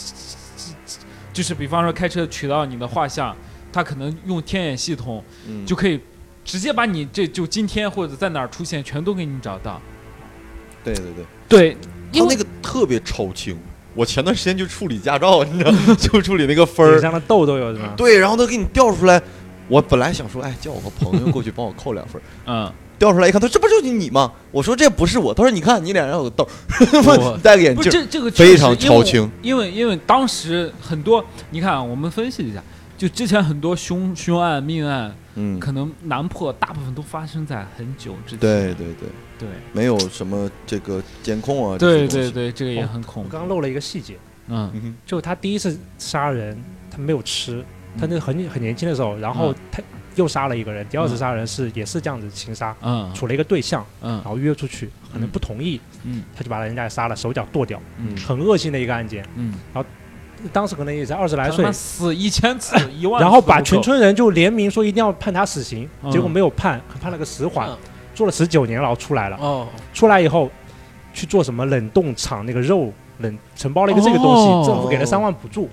就是比方说开车取到你的画像，它可能用天眼系统
嗯
就可以直接把你这就今天或者在哪儿出现全都给你找到。
对对对，
对，因
他
为
那个特别超清。我前段时间就处理驾照， 你知道，就处理那个分儿
脸，上的痘痘有什么？
对，然后他给你调出来。我本来想说，哎，叫我个朋友过去帮我扣两分儿，
嗯，
调出来一看，他说这不就是你吗？我说这不是我，他说你看你脸上有个痘
哇
儿， 你戴个眼
不
镜
是
儿，
这这个确
非
实
常
因为我
超清
因为因为当时很多，你看啊我们分析一下，就之前很多凶凶案命案，
嗯，
可能难破，大部分都发生在很久之前。
对对对，
对
没有什么这个监控啊，
对
这
对
些东西，
对，这个也
哦
很恐
我
怖。
刚刚漏了一个细节，
嗯，
嗯哼
就他第一次杀人，他没有吃，他那很很年轻的时候，然后
嗯
他又杀了一个人，第二次
嗯
杀人是也是这样子情杀，
嗯
处了一个对象，
嗯
然后约出去，可能不同意，
嗯
他就把人家给杀了，手脚剁掉，
嗯
很恶性的一个案件。
嗯，
当时可能也才二十来
他
岁
妈，死一千 次一万次都不够，
然后把全村人就联名说一定要判他死刑，
嗯
结果没有判，判了个死缓
嗯，
坐了十九年牢出来了。
哦，
出来以后去做什么冷冻厂那个肉冷承包了一个这个东
哦
西，政府给了三万补助，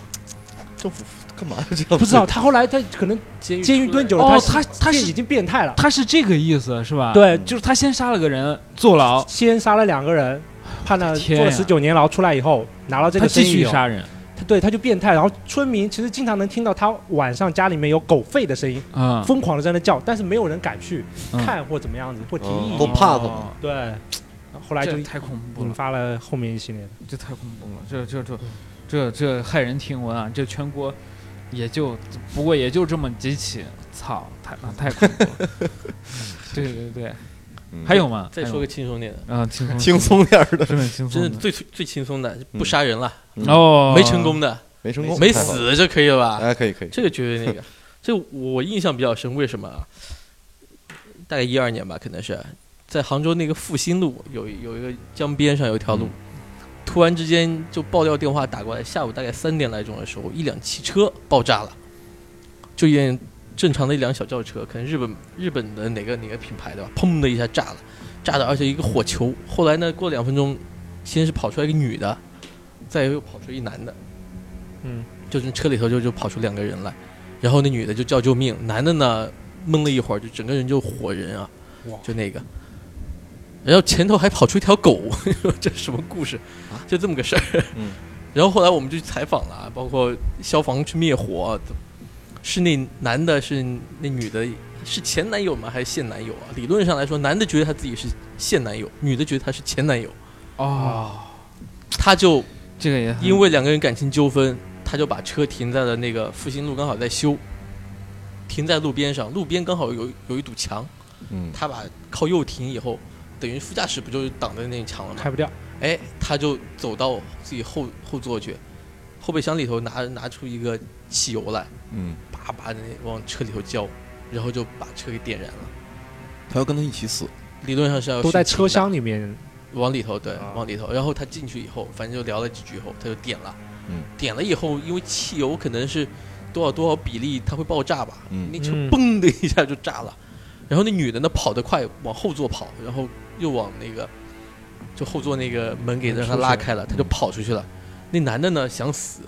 政府干嘛这样？
不知道他后来他可能
监狱
监
出
狱
来
蹲久了，
哦，
他
他他
已
是
经变态了。嗯
他是这个意思是吧？，
对，
就是他先杀了个人坐牢，
先杀了两个人，判了
天
坐了
呀
十九年牢，出来以后拿到这
他
个生
继
意
续
以后，
杀人
他对他就变态。然后村民其实经常能听到他晚上家里面有狗吠的声音，
啊，
疯狂的在那叫，但是没有人敢去
嗯
看或怎么样子或提
哦
议
都。怕他
哦
嘛，
对，然后后来就
这太恐怖
引
了，
发了后面一系列的。
这太恐怖了，这这这这这骇人听闻啊！这全国也就不过也就这么几起，操，太太恐怖 了。对对对，
嗯
还有吗？
再说个轻松点的，
啊，轻松
轻，松点儿的，
真的轻松
真
的，
的最最轻松的
嗯
不杀人了，
嗯哦
哦，
没成功的，
没成功，
没
太好了。
死就可以了吧？
哎，可以可以，
这个绝对那个，这我印象比较深，为什么啊？大概一二年吧，可能是在杭州那个复兴路有一有一个江边上有一条路，
嗯
突然之间就爆料电话打过来，下午大概三点来钟的时候，一辆汽车爆炸了，就一辆正常的一辆小轿车，可能日本日本的哪个哪个品牌的吧，砰的一下炸了，炸的而且一个火球。后来呢，过两分钟，先是跑出来一个女的，再又跑出一男的，
嗯，
就是车里头就就跑出两个人来，然后那女的就叫救命，男的呢懵了一会儿，就整个人就火人啊
哇，
就那个，然后前头还跑出一条狗， 这是什么故事？就这么个事儿。
嗯
然后后来我们就去采访了啊，包括消防去灭火，是那男的，是那女的，是前男友吗？还是现男友啊？理论上来说，男的觉得他自己是现男友，女的觉得他是前男友，
哦，
他就
这个也很
因为两个人感情纠纷，他就把车停在了那个复兴路，刚好在修，停在路边上，路边刚好有有一堵墙，
嗯，
他把靠右停以后，等于副驾驶不就是挡在那墙了吗？
开不掉，
哎，他就走到自己后后座去，后备箱里头拿拿出一个汽油来，
嗯，
叭叭的往车里头浇，然后就把车给点燃了。
他要跟他一起死，
理论上是要
都在
是
车
停的
厢里面，
往里头，对
啊，
往里头。然后他进去以后，反正就聊了几句以后，他就点了。
嗯
点了以后，因为汽油可能是多少多少比例，它会爆炸吧？
嗯
那车
嗯
嘣的一下就炸了。然后那女的呢，跑得快，往后座跑，然后又往那个就后座那个门给让他拉开了，他就跑出去了。
嗯
那男的呢，想死，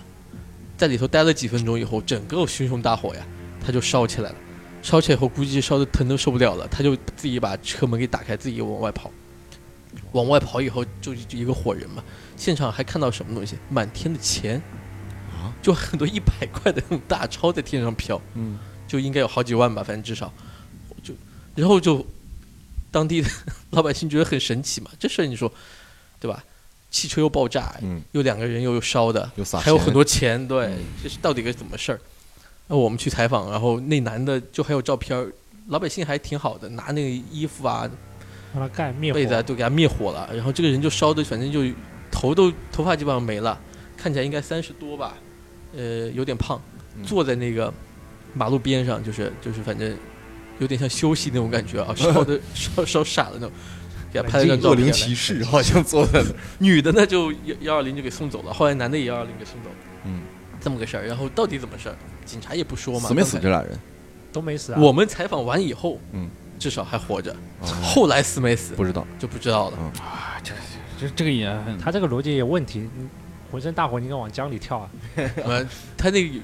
在里头待了几分钟以后，整个熊熊大火呀，他就烧起来了。烧起来以后，估计烧的疼都受不了了，他就自己把车门给打开，自己往外跑。往外跑以后，就就一个火人嘛。现场还看到什么东西？满天的钱
啊，
就很多一百块的那种大钞在天上飘，
嗯，
就应该有好几万吧，反正至少就，然后就当地的 老百姓觉得很神奇嘛，这事儿你说对吧？汽车又爆炸，
嗯，
又两个人又有烧的，
又撒
还有
钱
很多钱，对
嗯，
这是到底个怎么事儿？那我们去采访，然后那男的就还有照片儿，老百姓还挺好的，拿那个衣服啊，
让它盖灭火
被。子啊都给他灭火了，然后这个人就烧的，反正就头都头发基本上没了，看起来应该三十多吧，呃，有点胖
嗯，
坐在那个马路边上，就是就是反正有点像休息那种感 觉啊，烧的烧烧傻了那种，给他拍了张照
恶
片
灵
来。
骑士好像坐在那儿，
女的呢就幺幺二零就给送走了，后来男的也幺二零给送走了，
嗯，
这么个事儿。然后到底怎么事儿，警察也不说嘛，
死没死
刚才
这俩人？
都没死啊！
我们采访完以后，
嗯，
至少还活着，
哦
后来死没死
不知道，
就不知道了。
啊，这这这个也很
他这个逻辑也有问题，你浑身大火，你应该往江里跳啊！
呃，他那个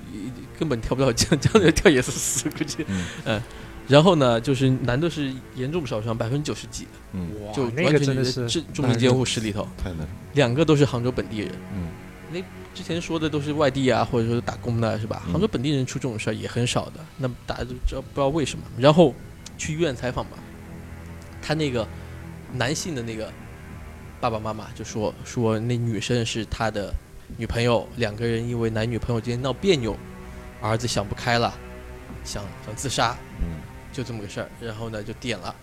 根本跳不到江， 江里跳也是死，估计。
嗯
嗯、然后呢，就是男的是严重烧伤，百分之九十几，
嗯，
哇
就
那个
完
真
全就
的
是是重症监护室里头，
太那什么，
两个都是杭州本地人。
嗯，
之前说的都是外地啊，或者说是打工的，是吧？
嗯
杭州本地人出这种事儿也很少的，那么大家都知道不知道为什么。然后去医院采访吧，他那个男性的那个爸爸妈妈就说说那女生是他的女朋友，两个人因为男女朋友之间闹别扭，儿子想不开了，想想自杀，
嗯，
就这么个事儿。然后呢，就点了，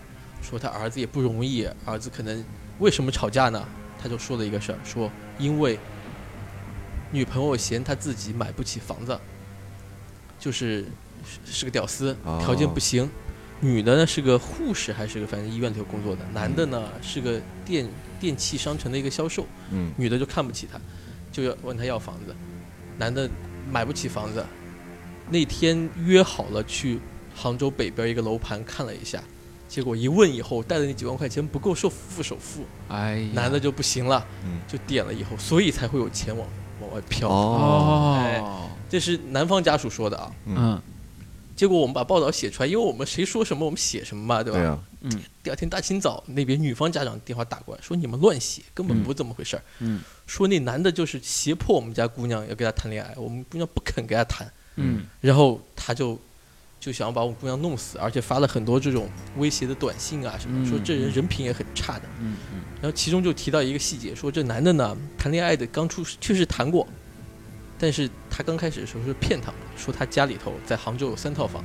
说他儿子也不容易，儿子可能为什么吵架呢？他就说了一个事儿，说因为女朋友嫌他自己买不起房子，就是是是个屌丝
哦，
条件不行。女的呢是个护士，还是个反正医院里头工作
嗯
的；男的呢是个电电器商城的一个销售。
嗯，
女的就看不起他，就要问他要房子，男的买不起房子。那天约好了去杭州北边一个楼盘看了一下，结果一问以后，带的那几万块钱不够受付首付，
哎呀，
男的就不行了
嗯，
就点了以后，所以才会有钱往往外飘。
哦，
哦，
这是男方家属说的啊。
嗯
结果我们把报道写出来，因为我们谁说什么我们写什么嘛，对吧？
对啊呀，
嗯
第二天大清早，那边女方家长电话打过来，说你们乱写，根本不这么回事儿。
嗯
说那男的就是胁迫我们家姑娘要跟他谈恋爱，我们姑娘不肯跟他谈，
嗯
然后他就就想要把我姑娘弄死，而且发了很多这种威胁的短信啊什么，
嗯
说这人
嗯
人品也很差的。
嗯嗯，
然后其中就提到一个细节，说这男的呢谈恋爱的刚出确实谈过，但是他刚开始的时候是骗他们的，说他家里头在杭州有三套房，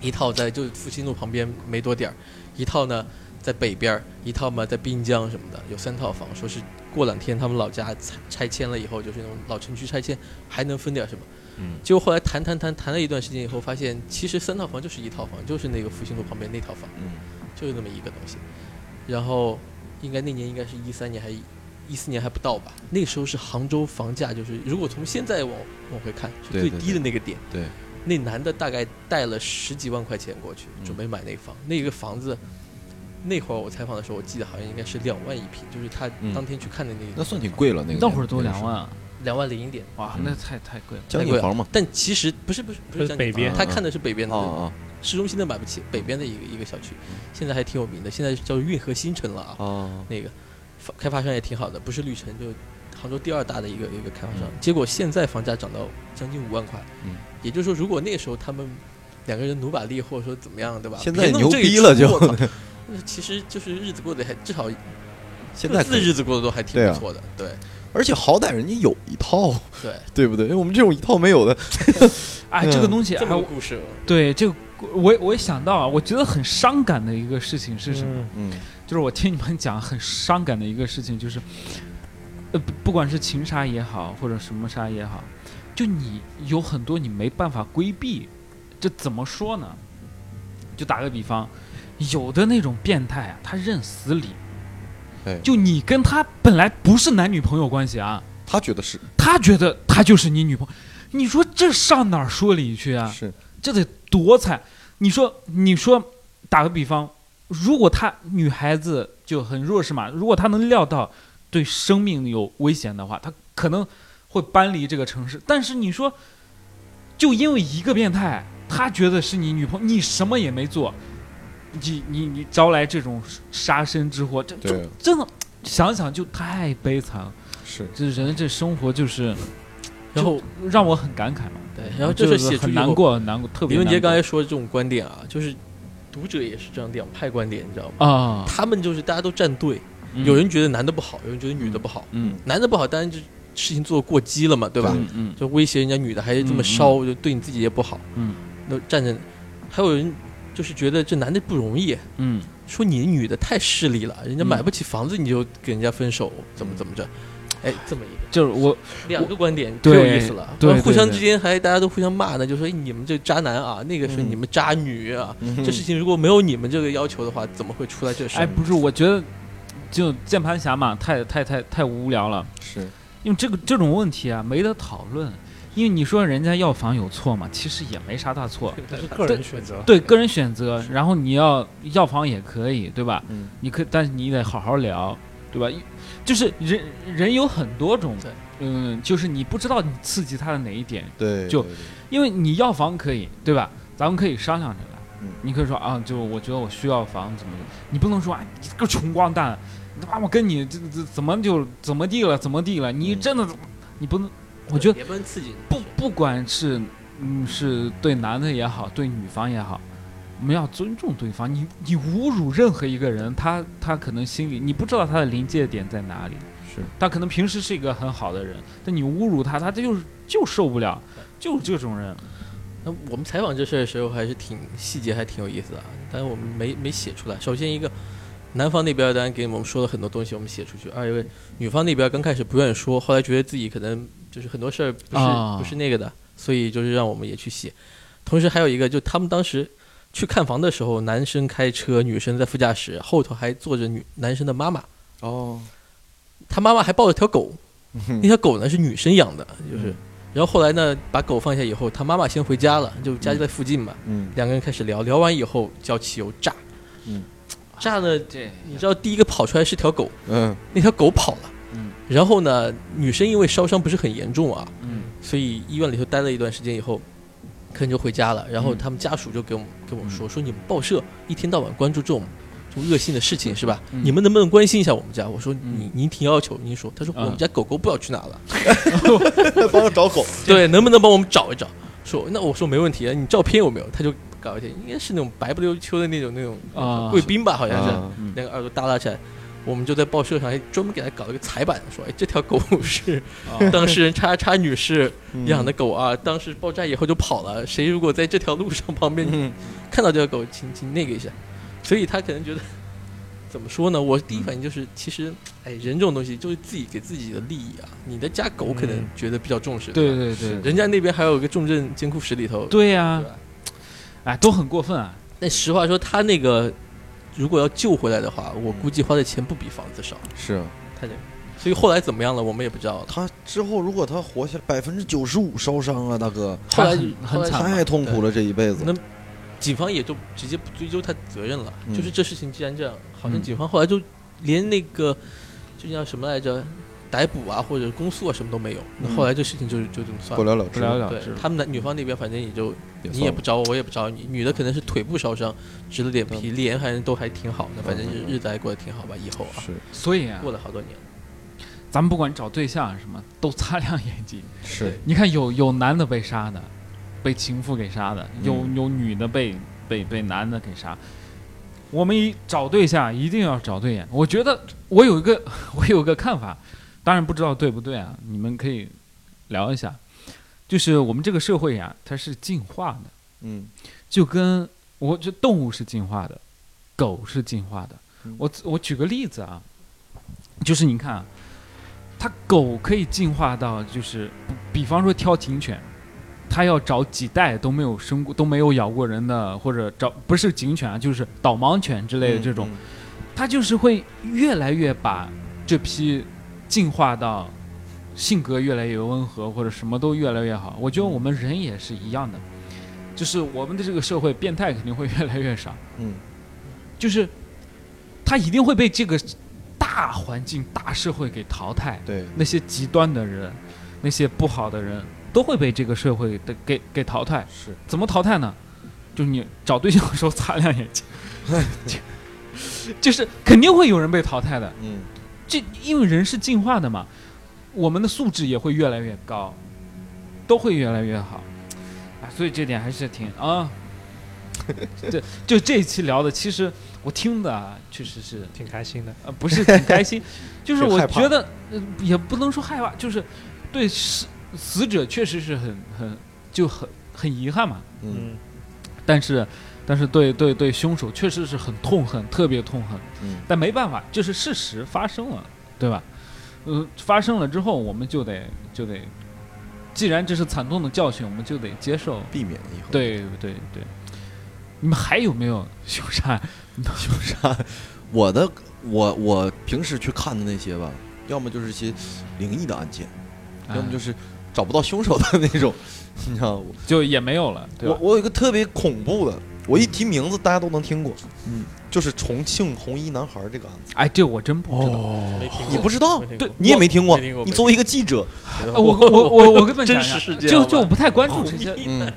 一套在就复兴路旁边没多点儿，一套呢在北边儿，一套嘛在滨江什么的，有三套房，说是过两天他们老家拆拆迁了以后，就是那种老城区拆迁，还能分点什么。
嗯，
结果后来谈谈谈谈了一段时间以后，发现其实三套房就是一套房，就是那个复兴路旁边那套房，
嗯，
就是那么一个东西。然后应该那年应该是一三年还是一四年还不到吧？那个时候是杭州房价就是，如果从现在往往回看，是
对
最
对
低的那个点。
对
那男的大概带了十几万块钱过去，
嗯
准备买那房。那个房子，那会儿我采访的时候，我记得好像应该是两万一平，就是他
嗯
当天去看的那个
那算挺贵了，那个
那会儿都
那个
两万啊，
两万零一点。
哇，那太太贵了。
时候，江景房嘛，
但其实不是不是不
它
是
是
江
北
宁
边
房他看的是北边的
啊啊
市中心的买不起，北边的一个一个小区，现在还挺有名的，现在叫运河新城了啊，
啊，
那个发开发商也挺好的，不是绿城就杭州第二大的一个一个开发商，结果现在房价涨到将近五万块，
嗯
也就是说，如果那时候他们两个人努把力或者说怎么样，对吧？
现在
别弄
牛
这一
逼了
出
就
我 操其实就是日子过得还至少
现
各
在
自的
可以
日子过得都还挺
对啊
不错的，对
而且好歹人家有一套，
对，
对不对？因为我们这种一套没有的，
哎，
嗯
这个东西，
这
哎，
么个
我
故事，啊
对这个，我也我也想到啊，我觉得很伤感的一个事情是什么？
嗯
嗯
就是我听你们讲很伤感的一个事情，就是，呃，不不管是情杀也好，或者什么杀也好，就你有很多你没办法规避，这怎么说呢？就打个比方，有的那种变态啊，他认死理
哎，
就你跟他本来不是男女朋友关系啊，
他觉得是
他觉得他就是你女朋友，你说这上哪儿说理去啊？
是，
这得多惨！你说，你说，打个比方，如果她女孩子就很弱势嘛，如果她能料到对生命有危险的话，她可能会搬离这个城市。但是你说，就因为一个变态，他觉得是你女朋友，你什么也没做，你你你招来这种杀身之祸，这这
对，
真的想想就太悲惨了。
是
这人这生活就是，
然后
就让我很感慨嘛。
对，
嗯
然后这是写出
很
以
难
后
过，很难过，特别
李文杰
难过
刚才说的这种观点啊，就是读者也是这样两派观点，你知道吗？
啊，
他们就是大家都站队，
嗯
有人觉得男的不好，有人觉得女的不好，
嗯，
男的不好当然就事情做得过激了嘛，对吧？
嗯嗯
就威胁人家女的还这么烧，就对你自己也不好。
嗯，
那站着，还有人就是觉得这男的不容易，
嗯，
说你女的太势利了，人家
嗯
买不起房子你就给人家分手，怎么怎么着？哎，这么一个
就是嗯我
两个观点，
对
可有意思了。
对对
互相
对
之间还大家都互相骂呢，就说哎你们这渣男啊，那个是
嗯
你们渣女啊。这事
是
情如果没有你们这个要求的话，怎么会出来这事儿？
嗯哎，不是，我觉得就键盘侠嘛，太太太太无聊了，
嗯是，
因为这个这种问题啊，没得讨论。因为你说人家要房有错嘛，其实也没啥大错，
这是个人选择。
对个人选择。然后你要要房也可以，对吧？
嗯
你可，但是你得好好聊，对吧？就是人人有很多种
对，
嗯，就是你不知道你刺激他的哪一点，
对，
就
对对
因为你要房可以，对吧？咱们可以商量着来。
嗯
你可以说啊，就我觉得我需要房怎么的，你不能说啊，你这个穷光蛋，你他妈我跟你这这怎么就怎么地了，怎么地了？你
嗯
真的，你不能，我觉得
也不能刺激人
不不管是嗯是对男的也好，对女方也好，我们要尊重对方。你你侮辱任何一个人，他他可能心里你不知道他的临界点在哪里，
是
他可能平时是一个很好的人，但你侮辱他，他就是就受不了，就是这种人。
那我们采访这事儿的时候，还是挺细节，还挺有意思的啊。但是我们没没写出来。首先一个，南方那边当然给我们说了很多东西，我们写出去；二一个，女方那边刚开始不愿意说，后来觉得自己可能就是很多事儿不是、
啊
不是那个的，所以就是让我们也去写。同时还有一个，就他们当时去看房的时候，男生开车，女生在副驾驶，后头还坐着女男生的妈妈，
哦，
他妈妈还抱着条狗，那条狗呢是女生养的，就是。
嗯
然后后来呢，把狗放下以后，他妈妈先回家了，就家就在附近嘛。
嗯
两个人开始聊，聊完以后浇汽油炸，
嗯
炸呢，
对，
你知道第一个跑出来是条狗，
嗯
那条狗跑了，
嗯
然后呢，女生因为烧伤不是很严重啊，
嗯
所以医院里头待了一段时间以后，可能就回家了。然后
嗯
他们家属就给我们跟我们说，说你们报社一天到晚关注这种这种恶性的事情是吧？
嗯
你们能不能关心一下我们家？我说
嗯
你您挺要求，您说，他说我
嗯
们家狗狗不知道去哪 了。
帮我找 狗，
对，能不能帮我们找一找？说那我说没问题，啊你照片有没有？他就搞一些，应该是那种白不溜秋的那种那种
啊嗯
贵宾吧，好像是、
啊
那个耳朵耷拉起来。我们就在报社上还哎专门给他搞了个采版，说哎这条狗是 当事人叉叉女士
嗯
养的狗啊，当时爆炸以后就跑了，谁如果在这条路上旁边
嗯
看到这条狗，请请那个一下。所以他可能觉得怎么说呢？我第一反应就是，其实，哎，人这种东西就是自己给自己的利益啊。你的家狗可能
嗯
觉得比较重视，
对
吧，
对对
人家那边还有一个重症监护室里头。
对呀
对吧，
哎，都很过分啊！
但实话说，他那个如果要救回来的话，我估计花的钱不比房子少。
是啊
他这，所以后来怎么样了，我们也不知道。
他之后如果他活下来，百分之九十五烧伤啊，大哥，
后来
很
后来
很惨嘛
太痛苦了这一辈子
那。警方也就直接不追究他责任了。
嗯
就是这事情既然这样，好像
嗯
警方后来就连那个就叫什么来着，逮捕啊或者公诉啊什么都没有。那
嗯
后来这事情就就这么算
不
了。
了了之，
不了了
对
之，
他们的女方那边反正也就你
算
也
了
不找我，我也不找你。女的可能是腿部烧伤，直了点皮，脸反正都还挺好的，反正
嗯
日日子还过得挺好吧。以后啊，
是
所以啊，
过了好多年了，
咱们不管找对象啊什么，都擦亮眼睛。
是
你看有有男的被杀的，被情妇给杀的，有、有女的被被被男的给杀。我们一找对象啊一定要找对眼。我觉得我有一个 我有一个看法，当然不知道对不对啊，你们可以聊一下。就是我们这个社会呀、它是进化的，
嗯，
就跟我这动物是进化的，狗是进化的
嗯。
我我举个例子啊，就是你看啊，它狗可以进化到就是，比比方说挑警犬，它要找几代都没有生过都没有咬过人的，或者找不是警犬啊，就是导盲犬之类的这种，
嗯，
它就是会越来越把这批进化到性格越来越温和，或者什么都越来越好。我觉得我们人也是一样的，就是我们的这个社会变态肯定会越来越少，
嗯，
就是他一定会被这个大环境、大社会给淘汰。
对，
那些极端的人，那些不好的人，都会被这个社会的给给淘汰。
是
怎么淘汰呢？就是你找对象的时候擦亮眼睛， 就是肯定会有人被淘汰的。
嗯
这因为人是进化的嘛，我们的素质也会越来越高，都会越来越好啊，所以这点还是挺啊。这就这一期聊的，其实我听的啊，确实是
挺开心的。
呃不是挺开 心，就是
挺
我
害怕
觉得、呃、也不能说害怕，就是对死死者确实是很很就很很遗憾嘛，
嗯
嗯，
但是但是对对对凶手确实是很痛恨，特别痛恨。
嗯，
但没办法，这是事实发生了，对吧？呃，发生了之后，我们就得就得，既然这是惨痛的教训，我们就得接受。
避免以后
对对对，你们还有没有凶杀案？
凶杀。 我的我我平时去看的那些吧，要么就是一些灵异的案件，要
啊
么就是是找不到凶手的那种， 你知道我
就也没有了，对
我
吧？
我有一个特别恐怖的，我一提名字大家都能听过，
嗯，
就是重庆红衣男孩这个案子，
哎，这我真不知道。
没听过
你不知道
没听过
对
你也没听过
没听过，
你作为一个记者，
呃我我我我根本
真
想
实
想
事件
啊就
好吧
就不太关注这些，
嗯，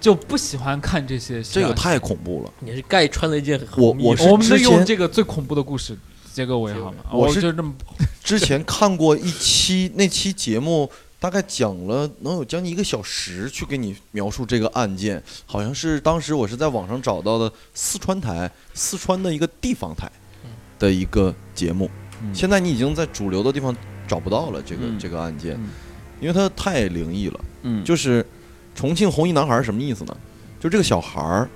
就不喜欢看这些。
这个，太恐怖了。
你是盖穿了一件
我
红衣
我
服
是
我们能
之
用
前
这个最恐怖的故事结个尾好吗？
我是
就这么
之前看过一期，那期节目大概讲了能有将近一个小时，去给你描述这个案件。好像是当时我是在网上找到的四川台，四川的一个地方台的一个节目。
嗯
现在你已经在主流的地方找不到了这个、
嗯
这个案件
嗯，
因为它太灵异了。
嗯
就是重庆红衣男孩什么意思呢？就这个小孩儿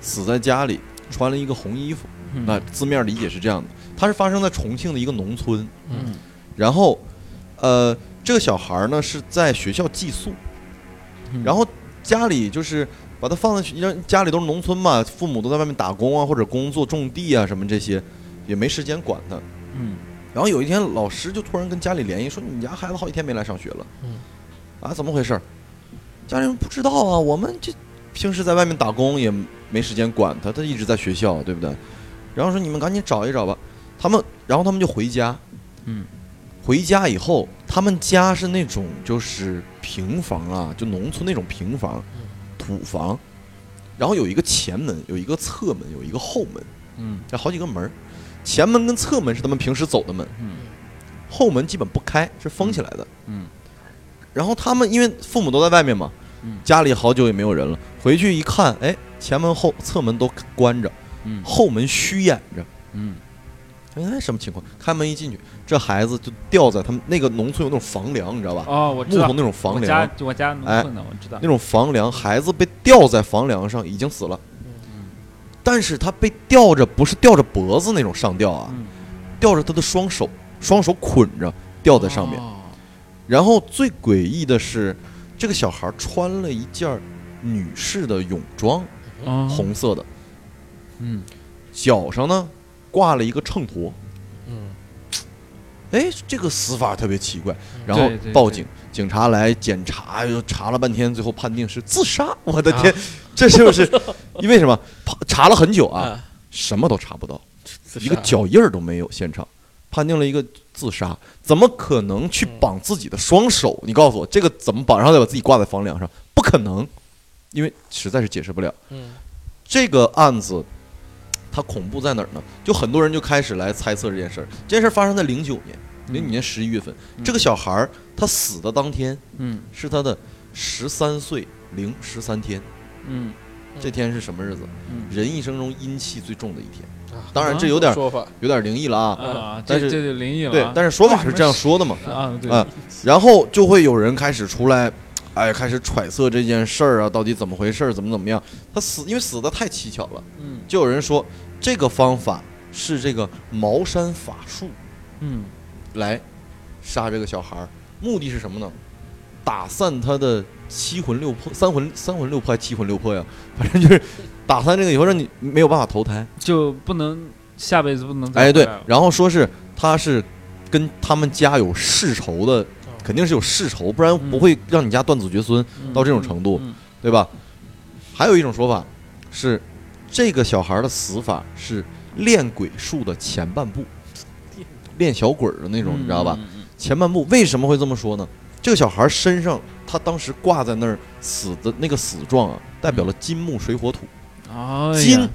死在家里，穿了一个红衣服。
嗯
那字面理解是这样的，它是发生在重庆的一个农村。
嗯
然后，呃，这个小孩儿呢是在学校寄宿，
嗯
然后家里就是把他放在学，让家里都是农村嘛，父母都在外面打工啊，或者工作种地啊什么这些，也没时间管他。
嗯
然后有一天，老师就突然跟家里联系，说你家孩子好几天没来上学了，
嗯，
啊，怎么回事儿？家人不知道啊，我们这平时在外面打工也没时间管他，他一直在学校，对不对？然后说你们赶紧找一找吧，他们，然后他们就回家，
嗯，
回家以后，他们家是那种就是平房啊，就农村那种平房
嗯，
土房，然后有一个前门，有一个侧门，有一个后门，
嗯
有好几个门儿，前门跟侧门是他们平时走的门。
嗯
后门基本不开，是封起来的。
嗯
然后他们因为父母都在外面嘛，
嗯
家里好久也没有人了，回去一看，哎，前门后侧门都关着，
嗯
后门虚掩着。
嗯
哎，什么情况？开门一进去，这孩子就掉在他们那个农村有那种房梁，你知道吧？
哦，我知
木
道
头，那种房
我家
梁，
我家农村的，我知道嗯
那。种房梁，孩子被吊在房梁上已经死了。但是他被吊着，不是吊着脖子那种上吊啊，
嗯
吊着他的双手，双手捆着吊在上面。
哦
然后最诡异的是，这个小孩穿了一件女士的泳装，
哦
红色的，
嗯
脚上呢挂了一个秤砣。
嗯，
哎，这个死法特别奇怪。然后
嗯对对
报
对
警，警察来检查，又查了半天，最后判定是自杀。我的
啊
天，这是不是因为什么？怕查了很久
嗯
啊，
啊，
什么都查不到，
自
一个
杀
脚印儿都没有，现场判定了一个自杀。怎么可能去
嗯
绑自己的双手？你告诉我，这个怎么绑？然后再把自己挂在房梁上？不可能，因为实在是解释不了。
嗯
这个案子它恐怖在哪儿呢？就很多人就开始来猜测这件事儿。这件事儿发生在零九年，零九年十一月份，
嗯
这个小孩儿他死的当天
嗯
是他的十三岁零十三天。
嗯
这天是什么日子？
嗯
人一生中阴气最重的一天。
啊
当然，这有
有
点
说法，
有点灵异了啊。
啊，
但
这
是
这就灵异了
对
啊，，
但是说法是这样说的嘛。
啊对
啊然后就会有人开始出来，哎，开始揣测这件事儿啊，到底怎么回事儿，怎么怎么样。他死，因为死的太蹊跷了，
嗯
就有人说这个方法是这个茅山法术
嗯
来杀这个小孩儿，目的是什么呢？打散他的七魂六魄，三魂三魂六魄还七魂六魄呀， 反正就是打散这个以后，让你没有办法投胎。
就不能下辈子不能再
哎，对
回来了，
然后说是他是跟他们家有世仇的，肯定是有世仇，不然不会让你家断子绝孙。
嗯
到这种程度
嗯
对吧？还有一种说法是，这个小孩的死法是练鬼术的前半部，练小鬼儿的那种，你知道吧？？
嗯嗯
前半部为什么会这么说呢？这个小孩身上，他当时挂在那儿死的那个死状啊，代表了金木水火土，
嗯嗯哎呀
金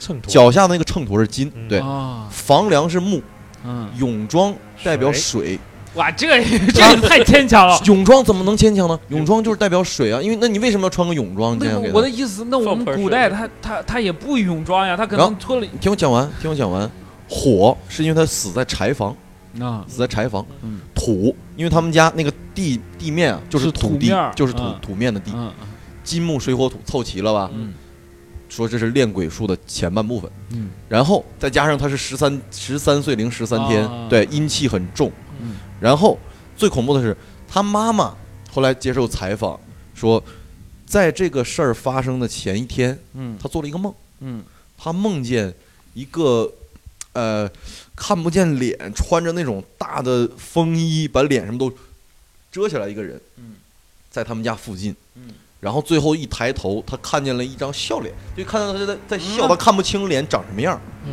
秤砣
脚下那个秤砣是金，
嗯
对，
啊
房梁是木，
嗯，
泳装代表水，
哇，这个这个太牵强了。
泳装怎么能牵强呢？泳装就是代表水啊，因为那你为什么要穿个泳装？这
那
样给
我
他
我的意思，那我们
放盆
古
水
代他他他也不泳装呀，他可
然
能脱了
你听我讲完，听我讲完。火是因为他死在柴房，
啊
死在柴房。
嗯
土，因为他们家那个地地面啊，就是
是
土
土
地，
面儿
就是土、
嗯
土面的地。
嗯
金木水火土凑齐了吧？
嗯
说这是练鬼术的前半部分，
嗯
然后再加上他是十三十三岁零十三天，
啊
对，阴气很重。
嗯
然后最恐怖的是，他妈妈后来接受采访说，在这个事儿发生的前一天，
嗯
他做了一个梦。
嗯
他梦见一个呃看不见脸，穿着那种大的风衣，把脸什么都遮起来一个人，
嗯，
在他们家附近，
嗯，
然后最后一抬头，他看见了一张笑脸，就看到他在在笑，
嗯
他看不清脸长什么样，
嗯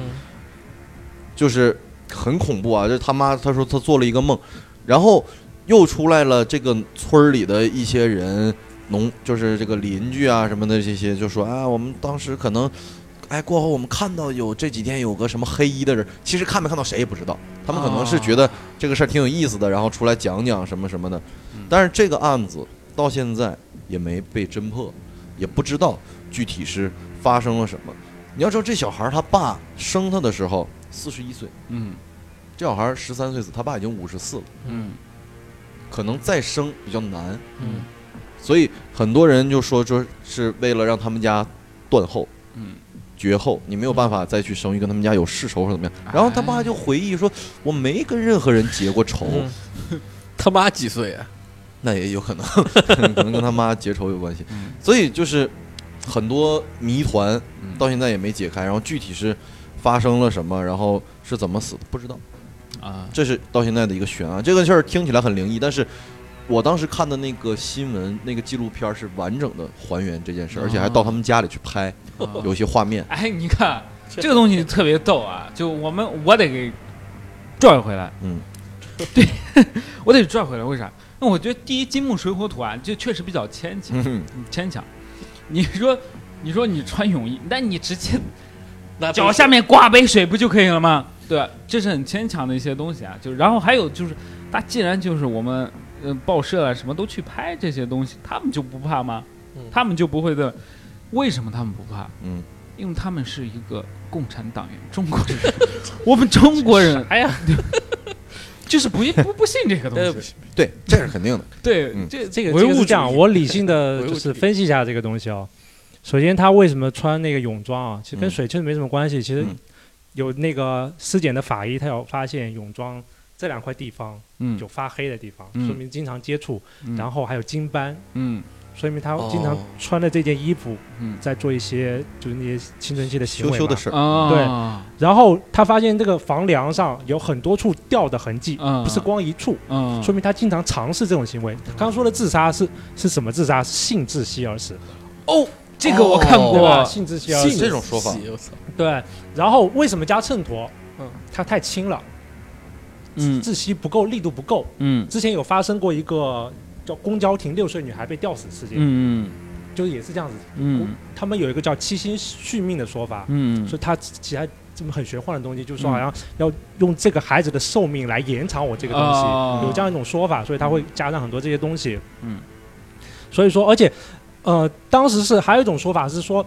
就是很恐怖啊！这他妈他说他做了一个梦，然后又出来了这个村儿里的一些人，农就是这个邻居啊什么的这些，就说啊，我们当时可能，哎，过后我们看到有这几天有个什么黑衣的人，其实看没看到谁也不知道，他们可能是觉得这个事儿挺有意思的，然后出来讲讲什么什么的
嗯。
但是这个案子到现在也没被侦破，也不知道具体是发生了什么。你要知道，这小孩儿他爸生他的时候四十一岁，
嗯
这小孩十三岁死，他爸已经五十四了，
嗯
可能再生比较难，
嗯
所以很多人就说说是为了让他们家断后
嗯
绝后，你没有办法再去生育，跟他们家有世仇或者怎么样。然后他爸就回忆说，我没跟任何人结过仇，
嗯，他妈几岁啊？
那也有可能，可能跟他妈结仇有关系。
嗯
所以就是很多谜团
嗯
到现在也没解开，然后具体是发生了什么，然后是怎么死的不知道。
啊
这是到现在的一个悬案。这个事儿听起来很灵异，但是我当时看的那个新闻、那个纪录片儿是完整的还原这件事儿，
啊
而且还到他们家里去拍
啊
有些画面。
哎，你看这个东西特别逗啊！就我们我得给拽回来，
嗯，
对，我得拽回来。为啥？那我觉得第一金木水火土啊，就确实比较牵强，
嗯
牵强。你说，你说你穿泳衣，那你直接
那
脚下面挂杯水不就可以了吗？对吧，这是很牵强的一些东西啊。就然后还有就是，他既然就是我们呃报社啊什么都去拍这些东西，他们就不怕吗？
嗯
他们就不会的？为什么他们不怕？
嗯，
因为他们是一个共产党员，中国人， 我们中国 人，哎呀，就是不不不信这个
呃
东西，
对， 这是肯定的。
对
嗯，
这
这个
唯
这
物
个
主
是
义
这样，我理性的
唯物
就是
主义
分析一下这个东西哦。首先他为什么穿那个泳装啊？其实跟
嗯
水确实没什么关系。其实
嗯
有那个尸检的法医，他有发现泳装这两块地方
嗯
有发黑的地方，
嗯
说明经常接触，
嗯
然后还有金斑，
嗯
说明他经常
哦
穿的这件衣服
嗯，
在做一些就是那些青春期的行
羞
为
羞的
嘛
事儿，
啊，
然后他发现这个房梁上有很多处掉的痕
啊
迹，
嗯
不是光一处，
嗯，
说明他经常尝试这种行为。他刚说的自杀是是什么自杀？是性窒息而死，
哦，这个我看
对吧？
过，
性窒息而死。
哦这种说法
信我操
对，然后为什么加秤砣？
嗯，
它太轻了，
嗯
窒息不够，力度不够。
嗯
之前有发生过一个叫公交亭六岁女孩被吊死事件，
嗯
就是也是这样子。
嗯
他们有一个叫七星续命的说法，
嗯
说他其他这么很玄幻的东西，就是
嗯
说好像要用这个孩子的寿命来延长我这个东西，
哦
有这样一种说法，所以他会加上很多这些东西。
嗯，
所以说，而且，呃，当时是还有一种说法是说，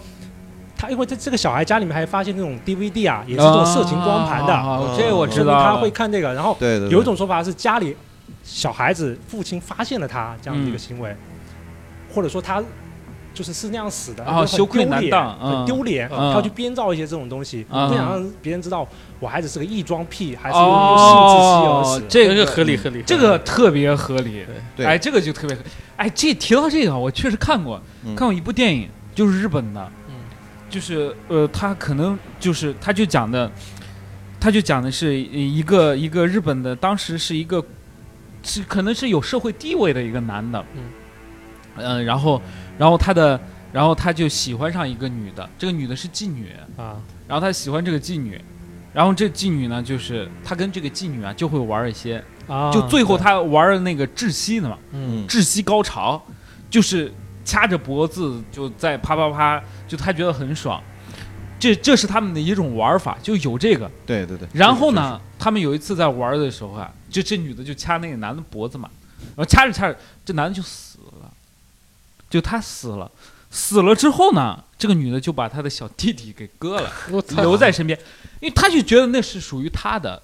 他因为这这个小孩家里面还发现那种 DVD 啊，也是这种色情光盘的，
啊这我
说
知
明
道了，
他会看这个。然后
对对，对
有一种说法是家里小孩子父亲发现了他这样的一个行
嗯
为，或者说他就是是那样死的，
啊
就很
羞愧
丢
难
脸
当嗯
很丢脸，
嗯
他去编造一些这种东西，
嗯
不想让别人知道我孩子是个异装癖，还是因为
哦
性窒息而死。
这
这个
个
合理合理，
这个特别合理，
对
哎，这个就特别合理，哎，这提到这个，我确实看过，
嗯
看过一部电影，就是日本的，
嗯
就是呃，他可能就是他就讲的，他就讲的是一个一个日本的，当时是一个是可能是有社会地位的一个男的，
嗯
呃，然后然后他的然后他就喜欢上一个女的，这个女的是妓女，
啊，
然后他喜欢这个妓女。然后这妓女呢，就是他跟这个妓女啊，就会玩一些，
啊
就最后他玩的那个窒息的嘛，
嗯
嗯
窒息高潮，就是掐着脖子就在啪啪啪，就他觉得很爽。这这是他们的一种玩法，就有这个。
对对对，
然后 呢，他们有一次在玩的时候啊，就这女的就掐那个男的脖子嘛，然后掐着掐着，这男的就死了，就他死了。死了之后呢，这个女的就把她的小弟弟给割了， 留在身边，因为她就觉得那是属于她的，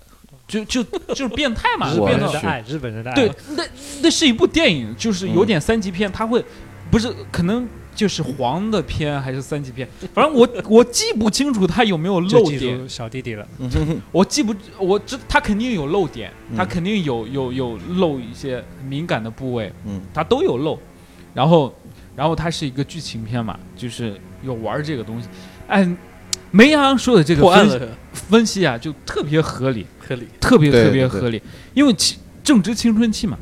就就就是变态 嘛，
日
变态
本人
我
的
去
爱，日本人的爱，
对，那那是一部电影，就是有点三级片，它会不是可能就是黄的片还是三级片，反正我我记不清楚它有没有
就
漏
记
点，
住小弟弟了。
嗯哼
我记不我知它肯定有漏点，
嗯
它肯定有有有漏一些敏感的部位，
嗯
它都有漏，然后然后它是一个剧情片嘛，就是有玩这个东西，哎，梅阳说的这个
破案了
分
是吧
分析啊，就特别合理，
合理，
特别
对
特别
对对
合理，因为其正值青春期嘛。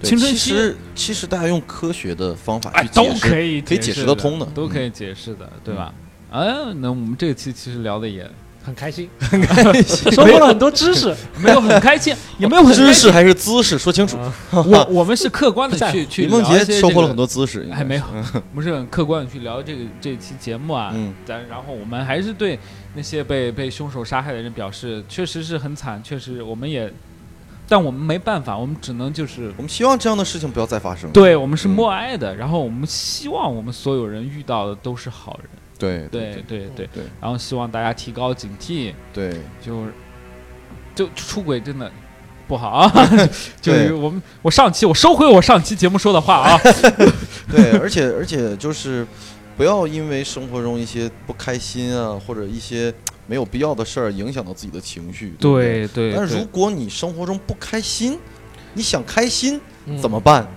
对
青春
其
期
实其实大家用科学的方法
哎，
去
都
解释，
可以
可以解释得通的嗯
都可以解释的，对吧？啊，那我们这期其实聊的也
很开心，很开心， 收获了很多知识。
没有很开 心，也没有很
知
开
识啊
心。
还是姿势，说清楚。
我我们是客观的
不在乎
去去
李梦
聊一
洁
些这
收获
个
了很，多姿势，应该
哎，没有，我们是很客观的去聊这个这期节目啊。
嗯
咱然后我们还是对那些被被凶手杀害的人表示，确实是很惨，确实我们也，但我们没办法，我们只能就是
我们希望这样的事情不要再发生。
对我们
嗯
是默哀的，然后我们希望我们所有人遇到的都是好人，
对
对对对
对，
然后希望大家提高警惕，
对，
就是就出轨真的不好 啊！就是
对
我们我上期我收回我上期节目说的话 啊，
对，而且而且就是不要因为生活中一些不开心啊，或者一些没有必要的事儿影响到自己的情绪。不对。
对
但如果你生活中不开心，你想开心
嗯
怎么办？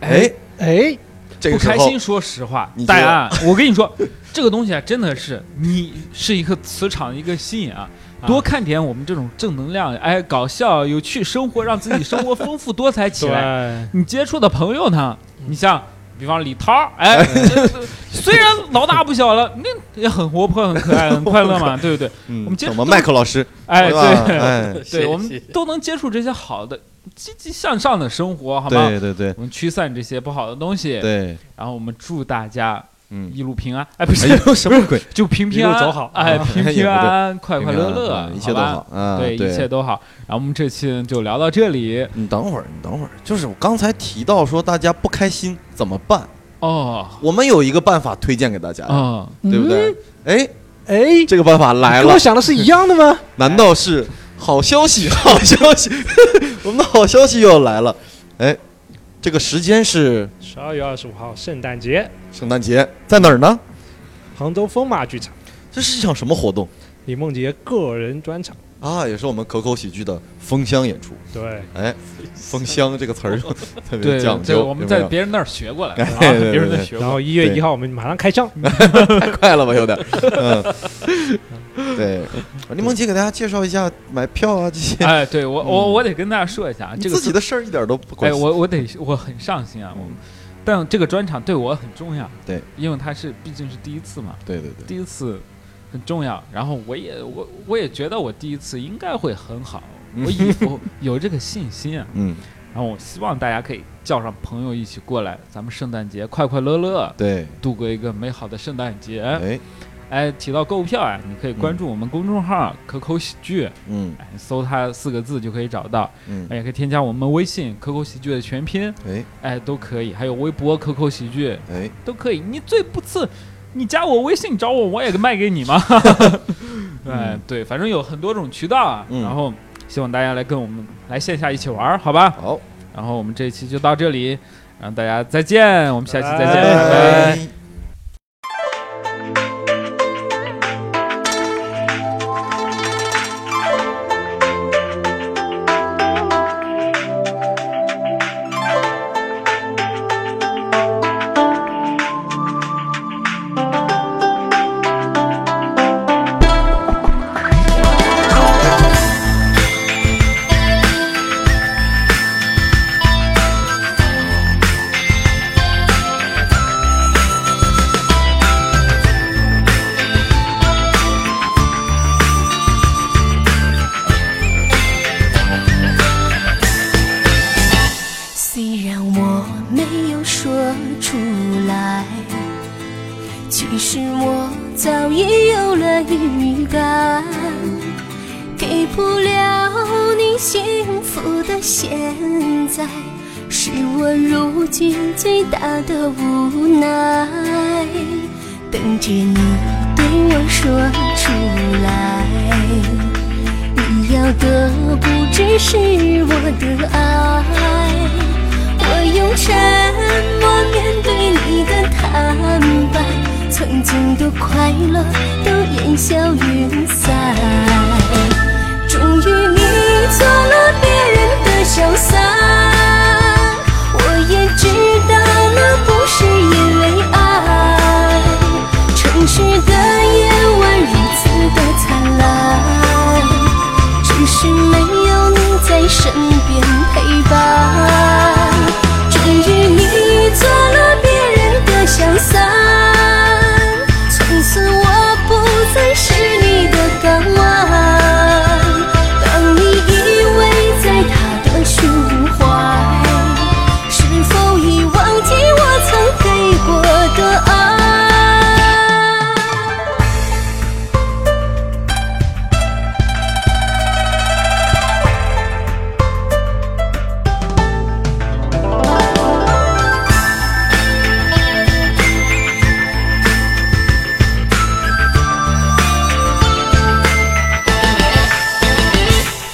哎，
哎，
这
不
个时
开
候
心，说实话
你，觉
大
得
家啊，我跟你说， 这个东西啊，真的是你是一个磁场一个吸引啊。多看点我们这种正能量，哎，搞笑、有趣生活，让自己生活丰富多 彩起
对
来。你接触的朋友呢？
嗯
你像，比方李涛 儿，哎，虽然老大不小了，那也很活泼、很可爱、很快乐 嘛，对不对？
嗯
我们接
怎
触
么
都
麦克老师，
哎，
对吧？
对，
谢
哎，
对，
谢
我
谢
们
谢
都能接触这些好的、积极向上的生活， 好吗？
对对对
我们驱散这些不好的东西，
对，
然后我们祝大家
嗯，
一路平安，哎，不
哎
是，
呦，什么鬼？
就平平
一路
安
走好
哎，
啊
平
也
平
不对
安安，快快乐
平
乐
安，嗯一切都
吧
好，。啊，
对，一切都好。然后我们这期就聊到这里
你等会儿，你等会儿，就是我刚才提到说大家不开心怎么办？
哦，
我们有一个办法推荐给大家，
嗯，
对不对？哎，
哎，
这个办法来
跟
了
我，想的是一样的吗？
难道是好消息？ 好消息，我们的好消息又要来了。哎，这个时间是
十二月二十五号，圣诞节，
圣诞节，在哪儿呢？
杭州疯马剧场
这是一场什么活动
李梦洁个人专场。
啊？也是我们可口喜剧的封箱演出。
对，
哎，封箱这个词儿就特别
对，
讲
这个
究，
我们
有没
在
有
别人那儿学过来的，啊，
哎对对
别人那
对
学
然
过
后一月
对
一号我们马上开张，
快了吧，有点。嗯，对，啊柠檬姐给大家介绍一下买票啊这些，
来。哎，对我我我得跟大家说一下，啊，
你
这个
嗯自己的事儿一点都不关
哎，
心。
我我得我很上心啊，我
嗯
但这个专场对我很重要，
对，
因为它是毕竟是第一次嘛，
对对对，
第一次很重要。然后我也我我也觉得我第一次应该会很好，我 以我有这个信心啊。
嗯，
然后我希望大家可以叫上朋友一起过来，咱们圣诞节快快乐乐
对，
度过一个美好的圣诞节。
哎，
哎，提到购票啊，你可以关注我们公众号“可口喜剧”，
嗯
哎，搜它四个字就可以找到。
嗯，
哎，也可以添加我们微信“可口喜剧”的全拼，
哎
哎，都可以。还有微博“可口喜剧
哎，”
都可以。你最不次，你加我微信找我，我也卖给你 嘛。
嗯
哎，对，反正有很多种渠道啊。
嗯
然后希望大家来跟我们来线下一起玩儿，好吧？
好，
然后我们这一期就到这里，然后大家再见，我们下期再见，
哎
拜拜
拜拜
拜
虽然我没有说出来，其实我早已有了预感，给不了你幸福的现在，是我如今最大的无奈。等着你对我说出来。你要的不只是我的爱，我用沉默面对你的坦白，曾经的快乐都烟消云散。终于你做了别人的小三，我也知道那不是因为爱，城市的夜晚如此的灿烂。只是没有你在身边陪伴。终于你做了别人的小三，从此我不再是你的港湾。当你依偎在他的胸怀，是否已忘记我曾给过的爱？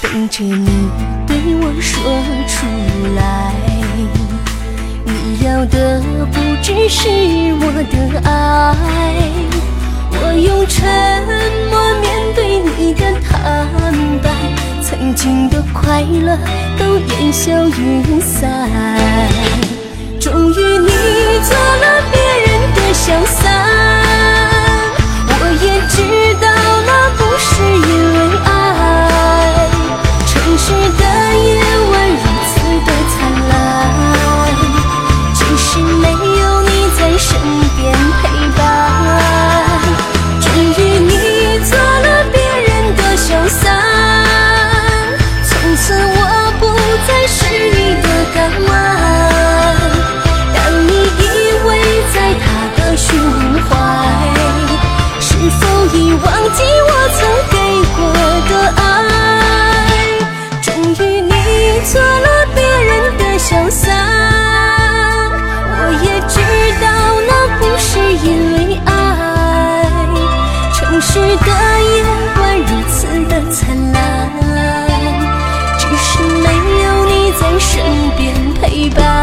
等着你对我说出来。你要的不只是我的爱，我用沉默面对你的坦白，曾经的快乐都烟消云散。终于你做了别人的小三，我也知道那不是因为爱，城市的夜晚如此的灿烂。只是没有你在身边陪伴。至于你做了别人的小三，从此我不再是你的港湾。当你依偎在他的胸怀，是否已忘记我曾给过的爱？终于你做了别人的小三，我也知道那不是因为爱。城市的夜晚如此的灿烂，只是没有你在身边陪伴。